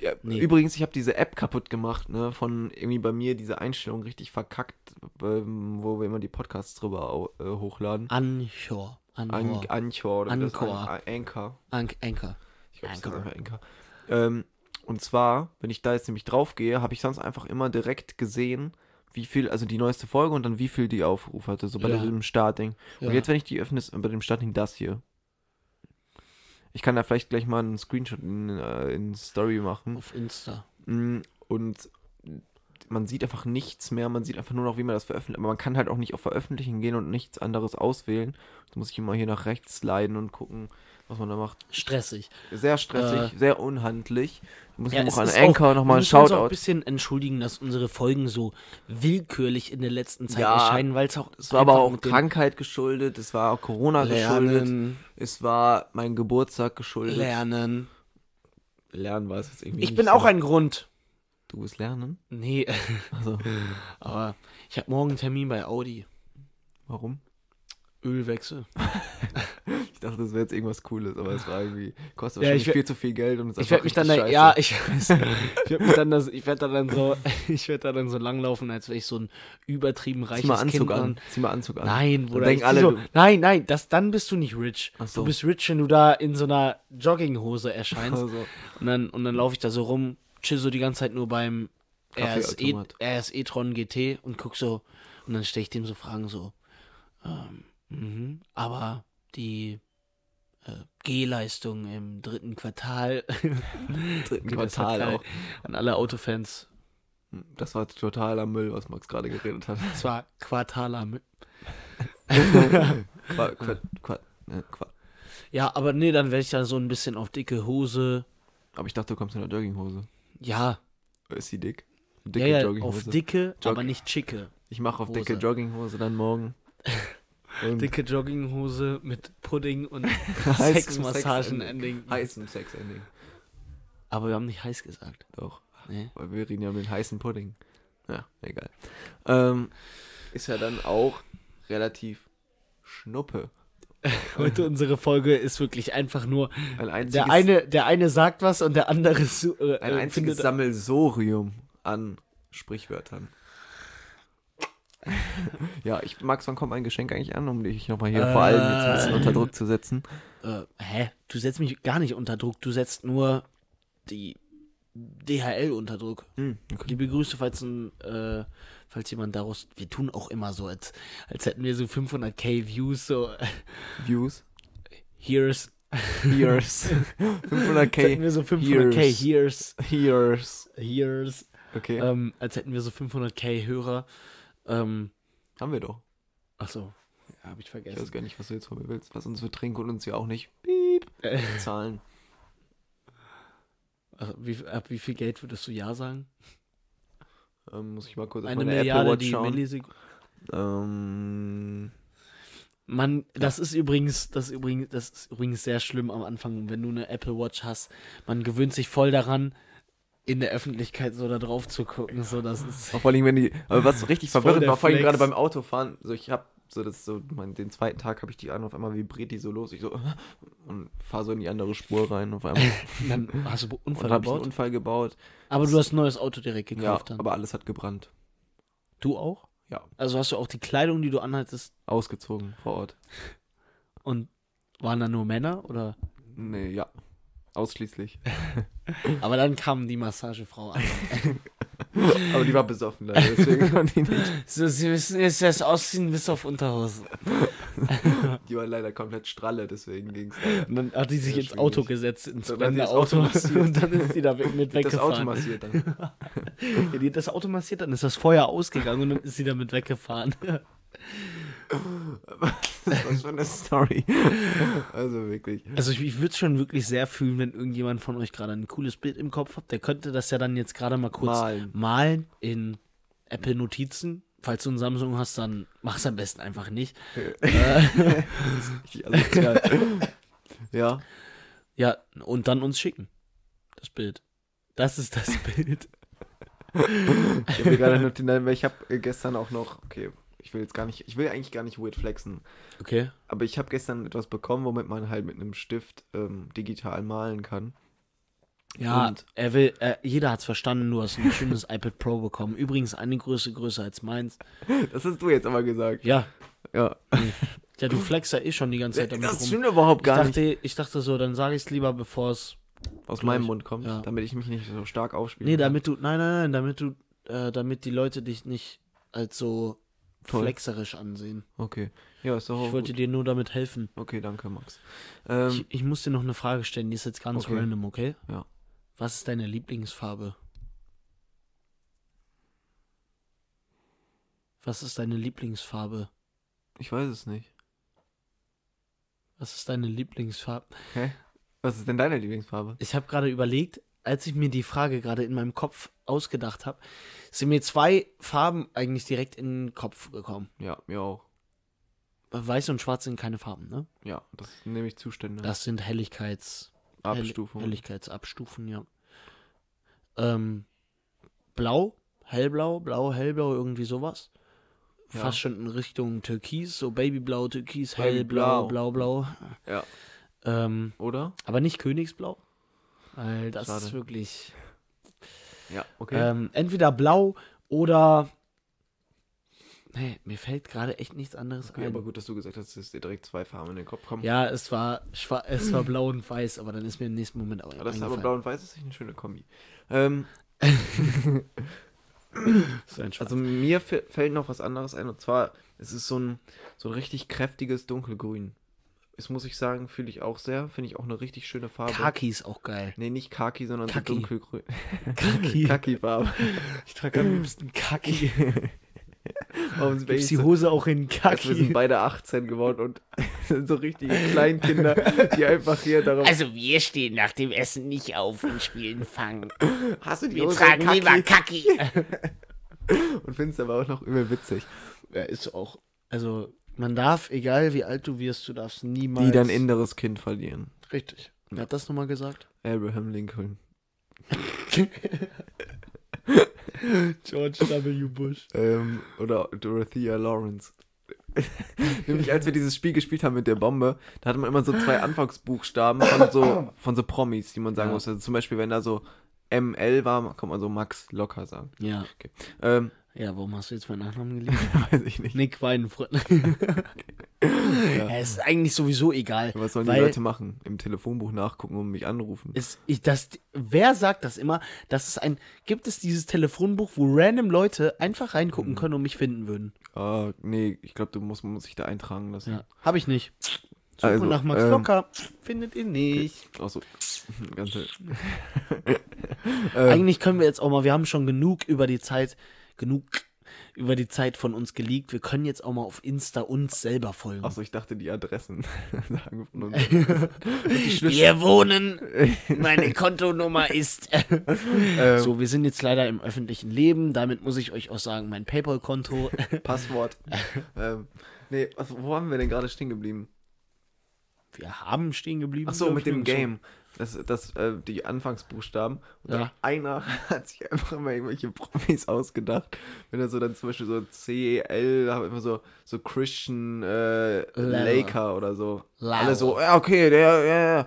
Speaker 2: Ja,
Speaker 1: Nee.
Speaker 2: Übrigens, ich habe diese App kaputt gemacht, ne? Von irgendwie bei mir diese Einstellung richtig verkackt, ähm, wo wir immer die Podcasts drüber au- äh, hochladen.
Speaker 1: Anchor.
Speaker 2: An
Speaker 1: Anchor.
Speaker 2: Anchor oder wie das-
Speaker 1: Anchor.
Speaker 2: An Anchor.
Speaker 1: An Anchor.
Speaker 2: Ich glaube, das ist
Speaker 1: Anchor.
Speaker 2: einfach Anchor. Ähm, und zwar, wenn ich da jetzt nämlich drauf gehe, habe ich sonst einfach immer direkt gesehen, wie viel, also die neueste Folge und dann wie viel die Aufrufe hatte, so bei
Speaker 1: Ja.
Speaker 2: diesem Startding.
Speaker 1: Ja.
Speaker 2: Und jetzt, wenn ich die öffne, ist bei dem Startding das hier. Ich kann da vielleicht gleich mal einen Screenshot in, äh, in Story machen.
Speaker 1: Auf Insta.
Speaker 2: Mm, Und man sieht einfach nichts mehr, man sieht einfach nur noch, wie man das veröffentlicht. Aber man kann halt auch nicht auf Veröffentlichen gehen und nichts anderes auswählen. Jetzt muss ich immer hier nach rechts sliden und gucken, was man da macht.
Speaker 1: Stressig.
Speaker 2: Sehr stressig, sehr unhandlich. Ich muss
Speaker 1: Äh. Ja,
Speaker 2: noch
Speaker 1: es
Speaker 2: an
Speaker 1: ist
Speaker 2: Anchor
Speaker 1: auch- wir
Speaker 2: nochmal ein
Speaker 1: müssen uns auch ein
Speaker 2: Shoutout.
Speaker 1: bisschen entschuldigen, dass unsere Folgen so willkürlich in der letzten Zeit
Speaker 2: Ja,
Speaker 1: erscheinen, weil es auch.
Speaker 2: Es war aber
Speaker 1: einfach
Speaker 2: auch
Speaker 1: mit dem
Speaker 2: Krankheit geschuldet, es war auch Corona geschuldet,
Speaker 1: Lernen.
Speaker 2: es war mein Geburtstag geschuldet.
Speaker 1: Lernen.
Speaker 2: Lernen war es jetzt irgendwie
Speaker 1: Ich
Speaker 2: nicht
Speaker 1: bin
Speaker 2: so.
Speaker 1: auch ein Grund.
Speaker 2: Du bist Lernen?
Speaker 1: Nee,
Speaker 2: Also,
Speaker 1: aber ich habe morgen einen Termin bei Audi.
Speaker 2: warum?
Speaker 1: Ölwechsel.
Speaker 2: Ich dachte, das wäre jetzt irgendwas Cooles, aber es war irgendwie, kostet
Speaker 1: Ja,
Speaker 2: wahrscheinlich
Speaker 1: ich wär-
Speaker 2: viel zu viel Geld und ist
Speaker 1: Ich werde
Speaker 2: einfach
Speaker 1: mich dann,
Speaker 2: richtig
Speaker 1: da,
Speaker 2: scheiße.
Speaker 1: ja, ich, ich werde mich dann, das, ich werde dann so, ich werde dann so langlaufen, als wäre ich so ein übertrieben reiches
Speaker 2: Zieh mal Anzug
Speaker 1: Kind.
Speaker 2: an.
Speaker 1: Mann.
Speaker 2: Zieh mal Anzug an.
Speaker 1: Nein, Bruder,
Speaker 2: denken
Speaker 1: ich zieh
Speaker 2: alle,
Speaker 1: so,
Speaker 2: du-
Speaker 1: nein, nein, das, dann bist du nicht rich.
Speaker 2: Ach so.
Speaker 1: Du bist rich, wenn du da in so einer Jogginghose erscheinst.
Speaker 2: Also,
Speaker 1: Und dann, und dann laufe ich da so rum, chill so die ganze Zeit nur beim RS E-
Speaker 2: Kaffeeautomat.
Speaker 1: RS e-tron GT und guck so. Und dann stelle ich dem so Fragen so. Ähm, mhm, aber die äh, G-Leistung im dritten Quartal.
Speaker 2: dritten
Speaker 1: Okay, das
Speaker 2: Quartal
Speaker 1: hat
Speaker 2: auch.
Speaker 1: gerade-
Speaker 2: hm,
Speaker 1: An alle Autofans.
Speaker 2: Das war totaler Müll, was Max gerade geredet hat.
Speaker 1: Das war Quartaler. Mü-
Speaker 2: Qua, qua, qua, ne, qua.
Speaker 1: Ja, aber nee, dann werde ich da so ein bisschen auf dicke Hose.
Speaker 2: Aber ich dachte, du kommst in einer Jogginghose.
Speaker 1: Ja,
Speaker 2: Ist sie dick?
Speaker 1: ja,
Speaker 2: Dicke
Speaker 1: ja auf
Speaker 2: Jogginghose.
Speaker 1: dicke,
Speaker 2: Jog-
Speaker 1: aber nicht schicke.
Speaker 2: ich mache auf dicke
Speaker 1: Hose.
Speaker 2: Jogginghose dann morgen. Und
Speaker 1: Dicke Jogginghose mit Pudding und
Speaker 2: heißem
Speaker 1: Sexmassagen
Speaker 2: Sex-Ending.
Speaker 1: ending.
Speaker 2: Heißem Sex-Ending.
Speaker 1: Aber wir haben nicht heiß gesagt.
Speaker 2: Doch.
Speaker 1: Nee.
Speaker 2: Weil wir reden ja um den heißen Pudding. Ja, egal. Ähm, ist ja dann auch relativ Schnuppe.
Speaker 1: Heute unsere Folge ist wirklich einfach nur
Speaker 2: Ein einziges,
Speaker 1: der eine, der eine sagt was und der andere su- äh,
Speaker 2: ein
Speaker 1: äh,
Speaker 2: einziges
Speaker 1: findet,
Speaker 2: Sammelsorium an Sprichwörtern. ja, ich, Max, wann kommt mein Geschenk eigentlich an, um dich nochmal hier vor allem jetzt ein bisschen
Speaker 1: Ähm.
Speaker 2: unter Druck zu setzen?
Speaker 1: äh, hä, du setzt mich gar nicht unter Druck, du setzt nur die DHL unter Druck.
Speaker 2: Hm, okay.
Speaker 1: Liebe Grüße, falls ein, äh, falls jemand daraus, wir tun auch immer so, als, als hätten wir so 500k Views, so Äh.
Speaker 2: Views.
Speaker 1: Hears,
Speaker 2: Years.
Speaker 1: als hätten
Speaker 2: 500k.
Speaker 1: wir so 500k
Speaker 2: Hears.
Speaker 1: Hears,
Speaker 2: Years.
Speaker 1: Hears,
Speaker 2: Okay,
Speaker 1: ähm, als hätten wir so 500k Hörer, ähm,
Speaker 2: haben wir doch.
Speaker 1: achso, ja, hab ich
Speaker 2: Ich
Speaker 1: vergessen.
Speaker 2: weiß gar nicht, was du jetzt von mir willst. Was uns für Trinken und uns ja auch nicht. Piep.
Speaker 1: Äh.
Speaker 2: Zahlen.
Speaker 1: Also, wie, ab wie viel Geld würdest du Ja sagen?
Speaker 2: Ähm, muss ich mal kurz auf
Speaker 1: Eine
Speaker 2: meine
Speaker 1: Milliarde,
Speaker 2: Apple Watch
Speaker 1: die
Speaker 2: schauen.
Speaker 1: Millisek
Speaker 2: Ähm,
Speaker 1: Mann, das ist übrigens, das ist übrigens, das ist übrigens sehr schlimm am Anfang, wenn du eine Apple Watch hast. Man gewöhnt sich voll daran, in der Öffentlichkeit so da drauf zu gucken. So, das ist.
Speaker 2: auch vor allem, wenn die. Aber was richtig
Speaker 1: Voll
Speaker 2: verwirrend
Speaker 1: der
Speaker 2: war, vor allem
Speaker 1: Flex.
Speaker 2: gerade beim Autofahren. So, ich hab so, das so, mein, den zweiten Tag habe ich die an, auf einmal vibriert die so los. Ich so, und fahre so in die andere Spur rein. Auf einmal.
Speaker 1: Dann hast du
Speaker 2: und
Speaker 1: Unfall
Speaker 2: habe ich einen
Speaker 1: gebaut.
Speaker 2: Unfall gebaut.
Speaker 1: aber du hast ein neues Auto direkt
Speaker 2: Ja,
Speaker 1: gekauft dann.
Speaker 2: aber alles hat gebrannt.
Speaker 1: Du auch?
Speaker 2: Ja.
Speaker 1: Also hast du auch die Kleidung, die du anhattest,
Speaker 2: Ausgezogen vor Ort.
Speaker 1: und waren da nur Männer oder?
Speaker 2: Nee, ja. Ausschließlich.
Speaker 1: Aber dann kam die Massagefrau an.
Speaker 2: Aber die war besoffen, leider, deswegen konnte ich nicht.
Speaker 1: so, sie müssen jetzt erst ausziehen bis auf Unterhosen.
Speaker 2: Die war leider komplett stralle, deswegen ging es.
Speaker 1: Und dann hat die sich
Speaker 2: Ja,
Speaker 1: ins Auto
Speaker 2: schwierig.
Speaker 1: gesetzt, ins
Speaker 2: Dann hat die
Speaker 1: brennende
Speaker 2: das
Speaker 1: Auto.
Speaker 2: Auto massiert.
Speaker 1: Und dann ist die da mit mit
Speaker 2: Das Auto
Speaker 1: weggefahren.
Speaker 2: massiert dann.
Speaker 1: Ja, die hat das Auto massiert, dann ist das Feuer ausgegangen und dann ist sie damit weggefahren.
Speaker 2: Das war schon eine Story. Also wirklich.
Speaker 1: Also ich, ich würde es schon wirklich sehr fühlen, wenn irgendjemand von euch gerade ein cooles Bild im Kopf hat. Der könnte das ja dann jetzt gerade mal kurz
Speaker 2: Malen.
Speaker 1: malen in Apple Notizen. Falls du einen Samsung hast, dann mach's am besten einfach nicht.
Speaker 2: Richtig asozial. also, ja.
Speaker 1: Ja, und dann uns schicken. Das Bild. Das ist das Bild.
Speaker 2: Ich habe mir gerade nur den, weil ich habe gestern auch noch, okay, ich will jetzt gar nicht, ich will eigentlich gar nicht weird flexen,
Speaker 1: Okay.
Speaker 2: aber ich habe gestern etwas bekommen, womit man halt mit einem Stift ähm, digital malen kann.
Speaker 1: Ja,
Speaker 2: Und-
Speaker 1: er will, er, jeder hat's verstanden, du hast ein schönes iPad Pro bekommen. Übrigens eine Größe größer als meins.
Speaker 2: Das hast du jetzt aber gesagt.
Speaker 1: Ja,
Speaker 2: Ja.
Speaker 1: ja du flexst ja eh schon die ganze Zeit damit
Speaker 2: Das
Speaker 1: rum.
Speaker 2: stimmt überhaupt
Speaker 1: Ich
Speaker 2: gar nicht.
Speaker 1: dachte, ich dachte so, dann sage ich es lieber, bevor es.
Speaker 2: aus
Speaker 1: Glaub
Speaker 2: meinem
Speaker 1: ich.
Speaker 2: Mund kommt,
Speaker 1: Ja.
Speaker 2: damit ich mich nicht so stark aufspiele.
Speaker 1: Nee, damit du. Nein, nein, nein, damit du, äh, damit die Leute dich nicht als so
Speaker 2: Toll.
Speaker 1: flexerisch ansehen.
Speaker 2: Okay. Ja, ist doch
Speaker 1: Ich
Speaker 2: auch
Speaker 1: wollte
Speaker 2: gut.
Speaker 1: dir nur damit helfen.
Speaker 2: Okay, danke, Max. Ähm,
Speaker 1: Ich, ich muss dir noch eine Frage stellen, die ist jetzt ganz
Speaker 2: Okay.
Speaker 1: random, okay?
Speaker 2: Ja.
Speaker 1: Was ist deine Lieblingsfarbe? Was ist deine Lieblingsfarbe?
Speaker 2: ich weiß es nicht.
Speaker 1: Was ist deine Lieblingsfarbe?
Speaker 2: Was ist denn deine Lieblingsfarbe?
Speaker 1: Ich habe gerade überlegt, als ich mir die Frage gerade in meinem Kopf ausgedacht habe, sind mir zwei Farben eigentlich direkt in den Kopf gekommen.
Speaker 2: Ja, mir auch.
Speaker 1: Weil Weiß und Schwarz sind keine Farben, ne?
Speaker 2: Ja, das sind nämlich Zustände.
Speaker 1: Das sind Helligkeits Hell-
Speaker 2: Abstufung.
Speaker 1: Helligkeitsabstufen, ja. Ähm, blau, hellblau, blau, hellblau, irgendwie sowas.
Speaker 2: Ja.
Speaker 1: Fast schon in Richtung Türkis, so Babyblau, Türkis,
Speaker 2: Babyblau.
Speaker 1: hellblau, blau, blau.
Speaker 2: Ja.
Speaker 1: Ähm,
Speaker 2: Oder?
Speaker 1: aber nicht Königsblau. Weil das
Speaker 2: Schade.
Speaker 1: ist wirklich.
Speaker 2: Ja, okay.
Speaker 1: Ähm, entweder blau oder. Nee, mir fällt gerade echt nichts anderes
Speaker 2: okay.
Speaker 1: ein.
Speaker 2: Aber gut, dass du gesagt hast, dass dir direkt zwei Farben in den Kopf kommen.
Speaker 1: ähm, Ja, es war, schwa es war blau und weiß, aber dann ist mir im nächsten Moment aber.
Speaker 2: Aber das ist aber
Speaker 1: eingefallen.
Speaker 2: blau und weiß ist echt eine schöne Kombi. Ähm,
Speaker 1: So ein Schwarz.
Speaker 2: also mir f- fällt noch was anderes ein und zwar, es ist so ein, so ein richtig kräftiges Dunkelgrün. Das muss ich sagen, fühle ich auch sehr. Finde ich auch eine richtig schöne Farbe.
Speaker 1: Khaki ist auch geil.
Speaker 2: Nee, nicht Kaki, sondern so
Speaker 1: Kaki.
Speaker 2: dunkelgrün.
Speaker 1: Kaki.
Speaker 2: Kaki-Farbe.
Speaker 1: Ich trage am liebsten Kaki.
Speaker 2: Warum sind wir
Speaker 1: Gibst die
Speaker 2: eigentlich so-
Speaker 1: Hose auch in
Speaker 2: Also wir sind
Speaker 1: Kaki.
Speaker 2: beide 18 geworden und sind so richtige Kleinkinder, die einfach hier darauf.
Speaker 3: Also wir stehen nach dem Essen nicht auf und spielen Fang.
Speaker 1: Also,
Speaker 2: hast du die
Speaker 3: Wir
Speaker 2: Hose
Speaker 3: tragen
Speaker 2: Kaki?
Speaker 3: lieber Kaki.
Speaker 2: Und findest aber auch noch übel witzig.
Speaker 1: Ja, ist auch. Also, man darf, egal wie alt du wirst, du darfst niemals.
Speaker 2: Die dann inneres Kind verlieren.
Speaker 1: Richtig. Wer hat das nochmal gesagt?
Speaker 2: Abraham Lincoln.
Speaker 1: George W. Bush.
Speaker 2: Ähm, oder Dorothea Lawrence. Nämlich als wir dieses Spiel gespielt haben mit der Bombe, da hatte man immer so zwei Anfangsbuchstaben von so, von so Promis, die man sagen
Speaker 1: Ja.
Speaker 2: muss. Also zum Beispiel, wenn da so ML war, kann man so Max locker sagen.
Speaker 1: Ja.
Speaker 2: Ähm,
Speaker 1: Ja, warum hast du jetzt meinen Nachnamen gelesen?
Speaker 2: weiß ich nicht.
Speaker 1: Nick Weinfurt. ja, ist eigentlich sowieso egal.
Speaker 2: Was sollen die
Speaker 1: weil
Speaker 2: Leute machen? Im Telefonbuch nachgucken und mich anrufen.
Speaker 1: Es, ich, das, wer sagt das immer? Das ist ein. Gibt es dieses Telefonbuch, wo random Leute einfach reingucken
Speaker 2: Mhm.
Speaker 1: können und mich finden würden?
Speaker 2: Ah, nee, ich glaube, du musst, man muss sich da eintragen lassen.
Speaker 1: Ja. Habe ich nicht. Suche
Speaker 2: Also,
Speaker 1: nach Max
Speaker 2: ähm,
Speaker 1: Locker. Findet ihr nicht.
Speaker 2: Auch so. Ganze. Ähm.
Speaker 1: Eigentlich können wir jetzt auch mal, wir haben schon genug über die Zeit, genug über die Zeit von uns geleakt. Wir können jetzt auch mal auf Insta uns selber folgen.
Speaker 2: Achso, ich dachte, die Adressen sagen von uns.
Speaker 3: Wir wohnen. Meine Kontonummer ist.
Speaker 2: Ähm,
Speaker 1: äh, So, wir sind jetzt leider im öffentlichen Leben. Damit muss ich euch auch sagen, mein PayPal-Konto.
Speaker 2: Passwort. ähm, nee, was, wo haben wir denn gerade stehen geblieben?
Speaker 1: wir haben stehen geblieben.
Speaker 2: Achso,
Speaker 1: glaub
Speaker 2: mit
Speaker 1: ich,
Speaker 2: dem
Speaker 1: nirgendwo.
Speaker 2: Game. Das, das, äh, die Anfangsbuchstaben. Und
Speaker 1: Ja.
Speaker 2: dann einer hat sich einfach immer irgendwelche Promis ausgedacht. Wenn er so dann zum Beispiel so E CL, haben immer so, so Christian äh,
Speaker 1: Lauer.
Speaker 2: Laker oder so.
Speaker 1: Lauer.
Speaker 2: Alle so, ja, okay, der, ja, ja.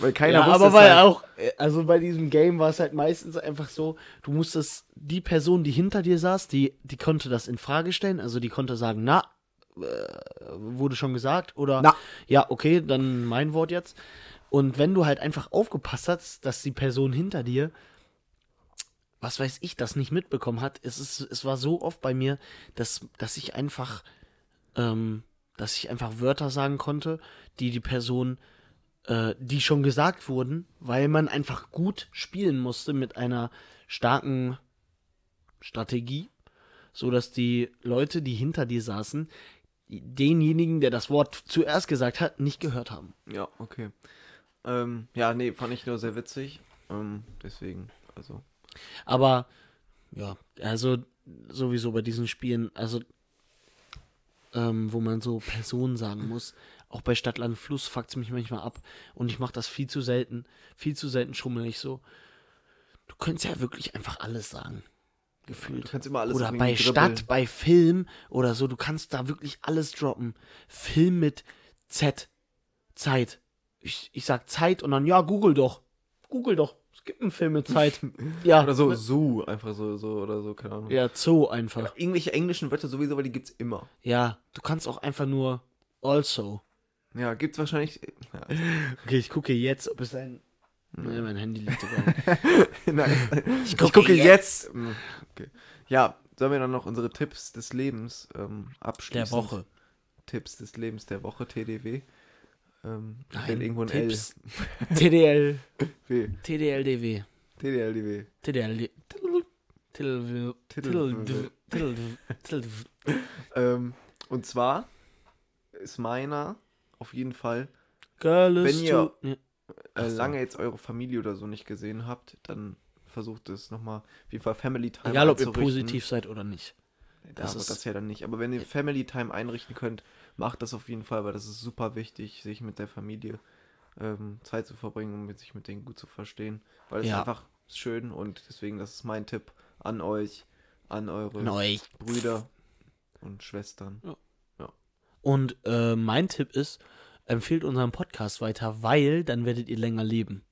Speaker 2: Weil keiner
Speaker 1: Ja,
Speaker 2: wusste
Speaker 1: aber
Speaker 2: es
Speaker 1: weil
Speaker 2: halt.
Speaker 1: auch, äh, also bei diesem Game war es halt meistens einfach so, du musstest, die Person, die hinter dir saß, die, die konnte das in Frage stellen, also die konnte sagen, na, äh, wurde schon gesagt, oder
Speaker 2: Na.
Speaker 1: ja, okay, dann mein Wort jetzt. Und wenn du halt einfach aufgepasst hast, dass die Person hinter dir, was weiß ich, das nicht mitbekommen hat, es, ist, es war so oft bei mir, dass, dass ich einfach, ähm, dass ich einfach Wörter sagen konnte, die die Person äh, die schon gesagt wurden, weil man einfach gut spielen musste mit einer starken Strategie, so dass die Leute, die hinter dir saßen, denjenigen, der das Wort zuerst gesagt hat, nicht gehört haben.
Speaker 2: Ja, okay. Ähm, ja, nee, fand ich nur sehr witzig. Ähm, deswegen, also.
Speaker 1: Aber ja, also sowieso bei diesen Spielen, also ähm, wo man so Personen sagen muss, auch bei Stadtland Fluss fuckt's mich manchmal ab und ich mache das viel zu selten, viel zu selten schummel ich so. Du könntest ja wirklich einfach alles sagen,
Speaker 2: Du
Speaker 1: gefühlt.
Speaker 2: kannst immer alles
Speaker 1: Oder
Speaker 2: irgendwie
Speaker 1: bei
Speaker 2: dribbeln.
Speaker 1: Stadt, bei Film oder so, du kannst da wirklich alles droppen. Film mit Z, Zeit. Ich, ich sag Zeit und dann, ja, google doch. Google doch. Es gibt einen Film mit Zeit. Ja.
Speaker 2: Oder so, so, einfach so, so oder so, keine Ahnung.
Speaker 1: Ja, Zoo einfach.
Speaker 2: Irgendwelche englischen Wörter sowieso, weil die gibt's immer.
Speaker 1: Ja, du kannst auch einfach nur also.
Speaker 2: Ja, gibt's wahrscheinlich. Ja,
Speaker 1: Okay, ich gucke jetzt, ob es ein. Nee, mein Handy liegt sogar.
Speaker 2: nice.
Speaker 3: Ich
Speaker 2: Ich gucke jetzt. Hm, Okay. Ja, sollen wir dann noch unsere Tipps des Lebens ähm, abschließen?
Speaker 1: der Woche.
Speaker 2: Tipps des Lebens der Woche, TDW. Ähm, mir
Speaker 1: Nein,
Speaker 2: fällt irgendwo ein
Speaker 1: Tipps. TDL.
Speaker 2: L. W.
Speaker 1: TDLDW.
Speaker 2: TDLDW.
Speaker 1: TDL. Tiddel- Tiddel- Tiddel- Tiddel-
Speaker 2: Ähm, und zwar ist meiner auf jeden Fall,
Speaker 1: Girl is
Speaker 2: Wenn ihr-
Speaker 1: too- Ja.
Speaker 2: äh,
Speaker 1: Ach so.
Speaker 2: lange jetzt eure Familie oder so nicht gesehen habt, dann versucht es nochmal, auf jeden Fall Family Time
Speaker 1: Egal, ob ihr
Speaker 2: einzurichten.
Speaker 1: positiv seid oder nicht.
Speaker 2: Das,
Speaker 1: Das
Speaker 2: ist
Speaker 1: ist-
Speaker 2: das ja dann nicht. Aber wenn ihr Family Time einrichten könnt, macht das auf jeden Fall, weil das ist super wichtig, sich mit der Familie ähm, Zeit zu verbringen, um sich mit denen gut zu verstehen. Weil es
Speaker 1: Ja.
Speaker 2: einfach
Speaker 1: Genau.
Speaker 2: schön und deswegen, das ist mein Tipp an euch, an eure
Speaker 3: Neu.
Speaker 2: Brüder, und Schwestern.
Speaker 1: Und äh, mein Tipp ist, empfehlt unseren Podcast weiter, weil dann werdet ihr länger leben.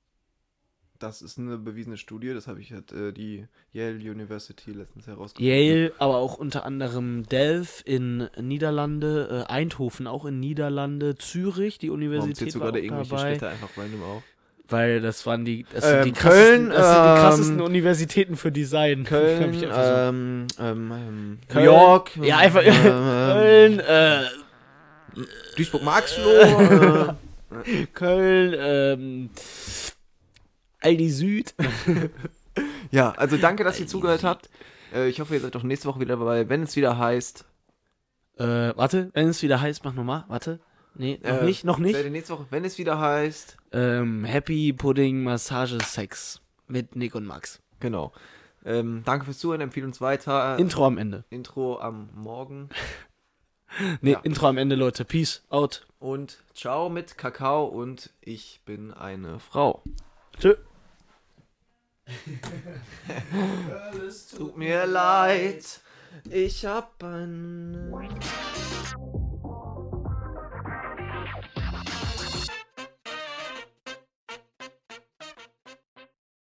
Speaker 2: Das ist eine bewiesene Studie, das habe ich halt äh, die Yale University letztens herausgefunden.
Speaker 1: Yale, aber auch unter anderem Delft in Niederlande, äh, Eindhoven auch in Niederlande, Zürich, die
Speaker 2: Warum
Speaker 1: Universität
Speaker 2: zählst du
Speaker 1: war auch
Speaker 2: gerade irgendwelche
Speaker 1: dabei,
Speaker 2: Städte einfach random auf?
Speaker 1: weil das waren die, das sind die
Speaker 2: Ähm,
Speaker 1: krassesten,
Speaker 2: Köln,
Speaker 1: das sind die
Speaker 2: ähm,
Speaker 1: krassesten Universitäten für Design. Hab ich einfach so.
Speaker 2: ähm, ähm, ähm,
Speaker 1: Köln.
Speaker 2: New York,
Speaker 1: Ja, einfach-
Speaker 2: ähm,
Speaker 1: Köln, äh,
Speaker 2: Duisburg-Marxloh, äh,
Speaker 1: Köln, ähm, Aldi Süd.
Speaker 2: Ja, also danke, dass ihr zugehört habt. Äh, ich hoffe, ihr seid auch nächste Woche wieder dabei, wenn es wieder heißt.
Speaker 1: Äh, warte, wenn es wieder heißt, mach nochmal, warte. Nee, noch
Speaker 2: äh,
Speaker 1: nicht, noch
Speaker 2: Seid
Speaker 1: nicht.
Speaker 2: ihr nächste Woche, wenn es wieder heißt.
Speaker 1: Ähm, Happy Pudding Massage Sex mit Nick und Max.
Speaker 2: Genau. Ähm, danke fürs Zuhören, empfehlt uns weiter.
Speaker 1: Intro am Ende.
Speaker 2: Intro am Morgen.
Speaker 1: Nee,
Speaker 2: Ja.
Speaker 1: Intro am Ende, Leute. Peace out.
Speaker 2: Und ciao mit Kakao und ich bin eine Frau.
Speaker 1: Tschö.
Speaker 2: Tut mir leid, ich hab ein...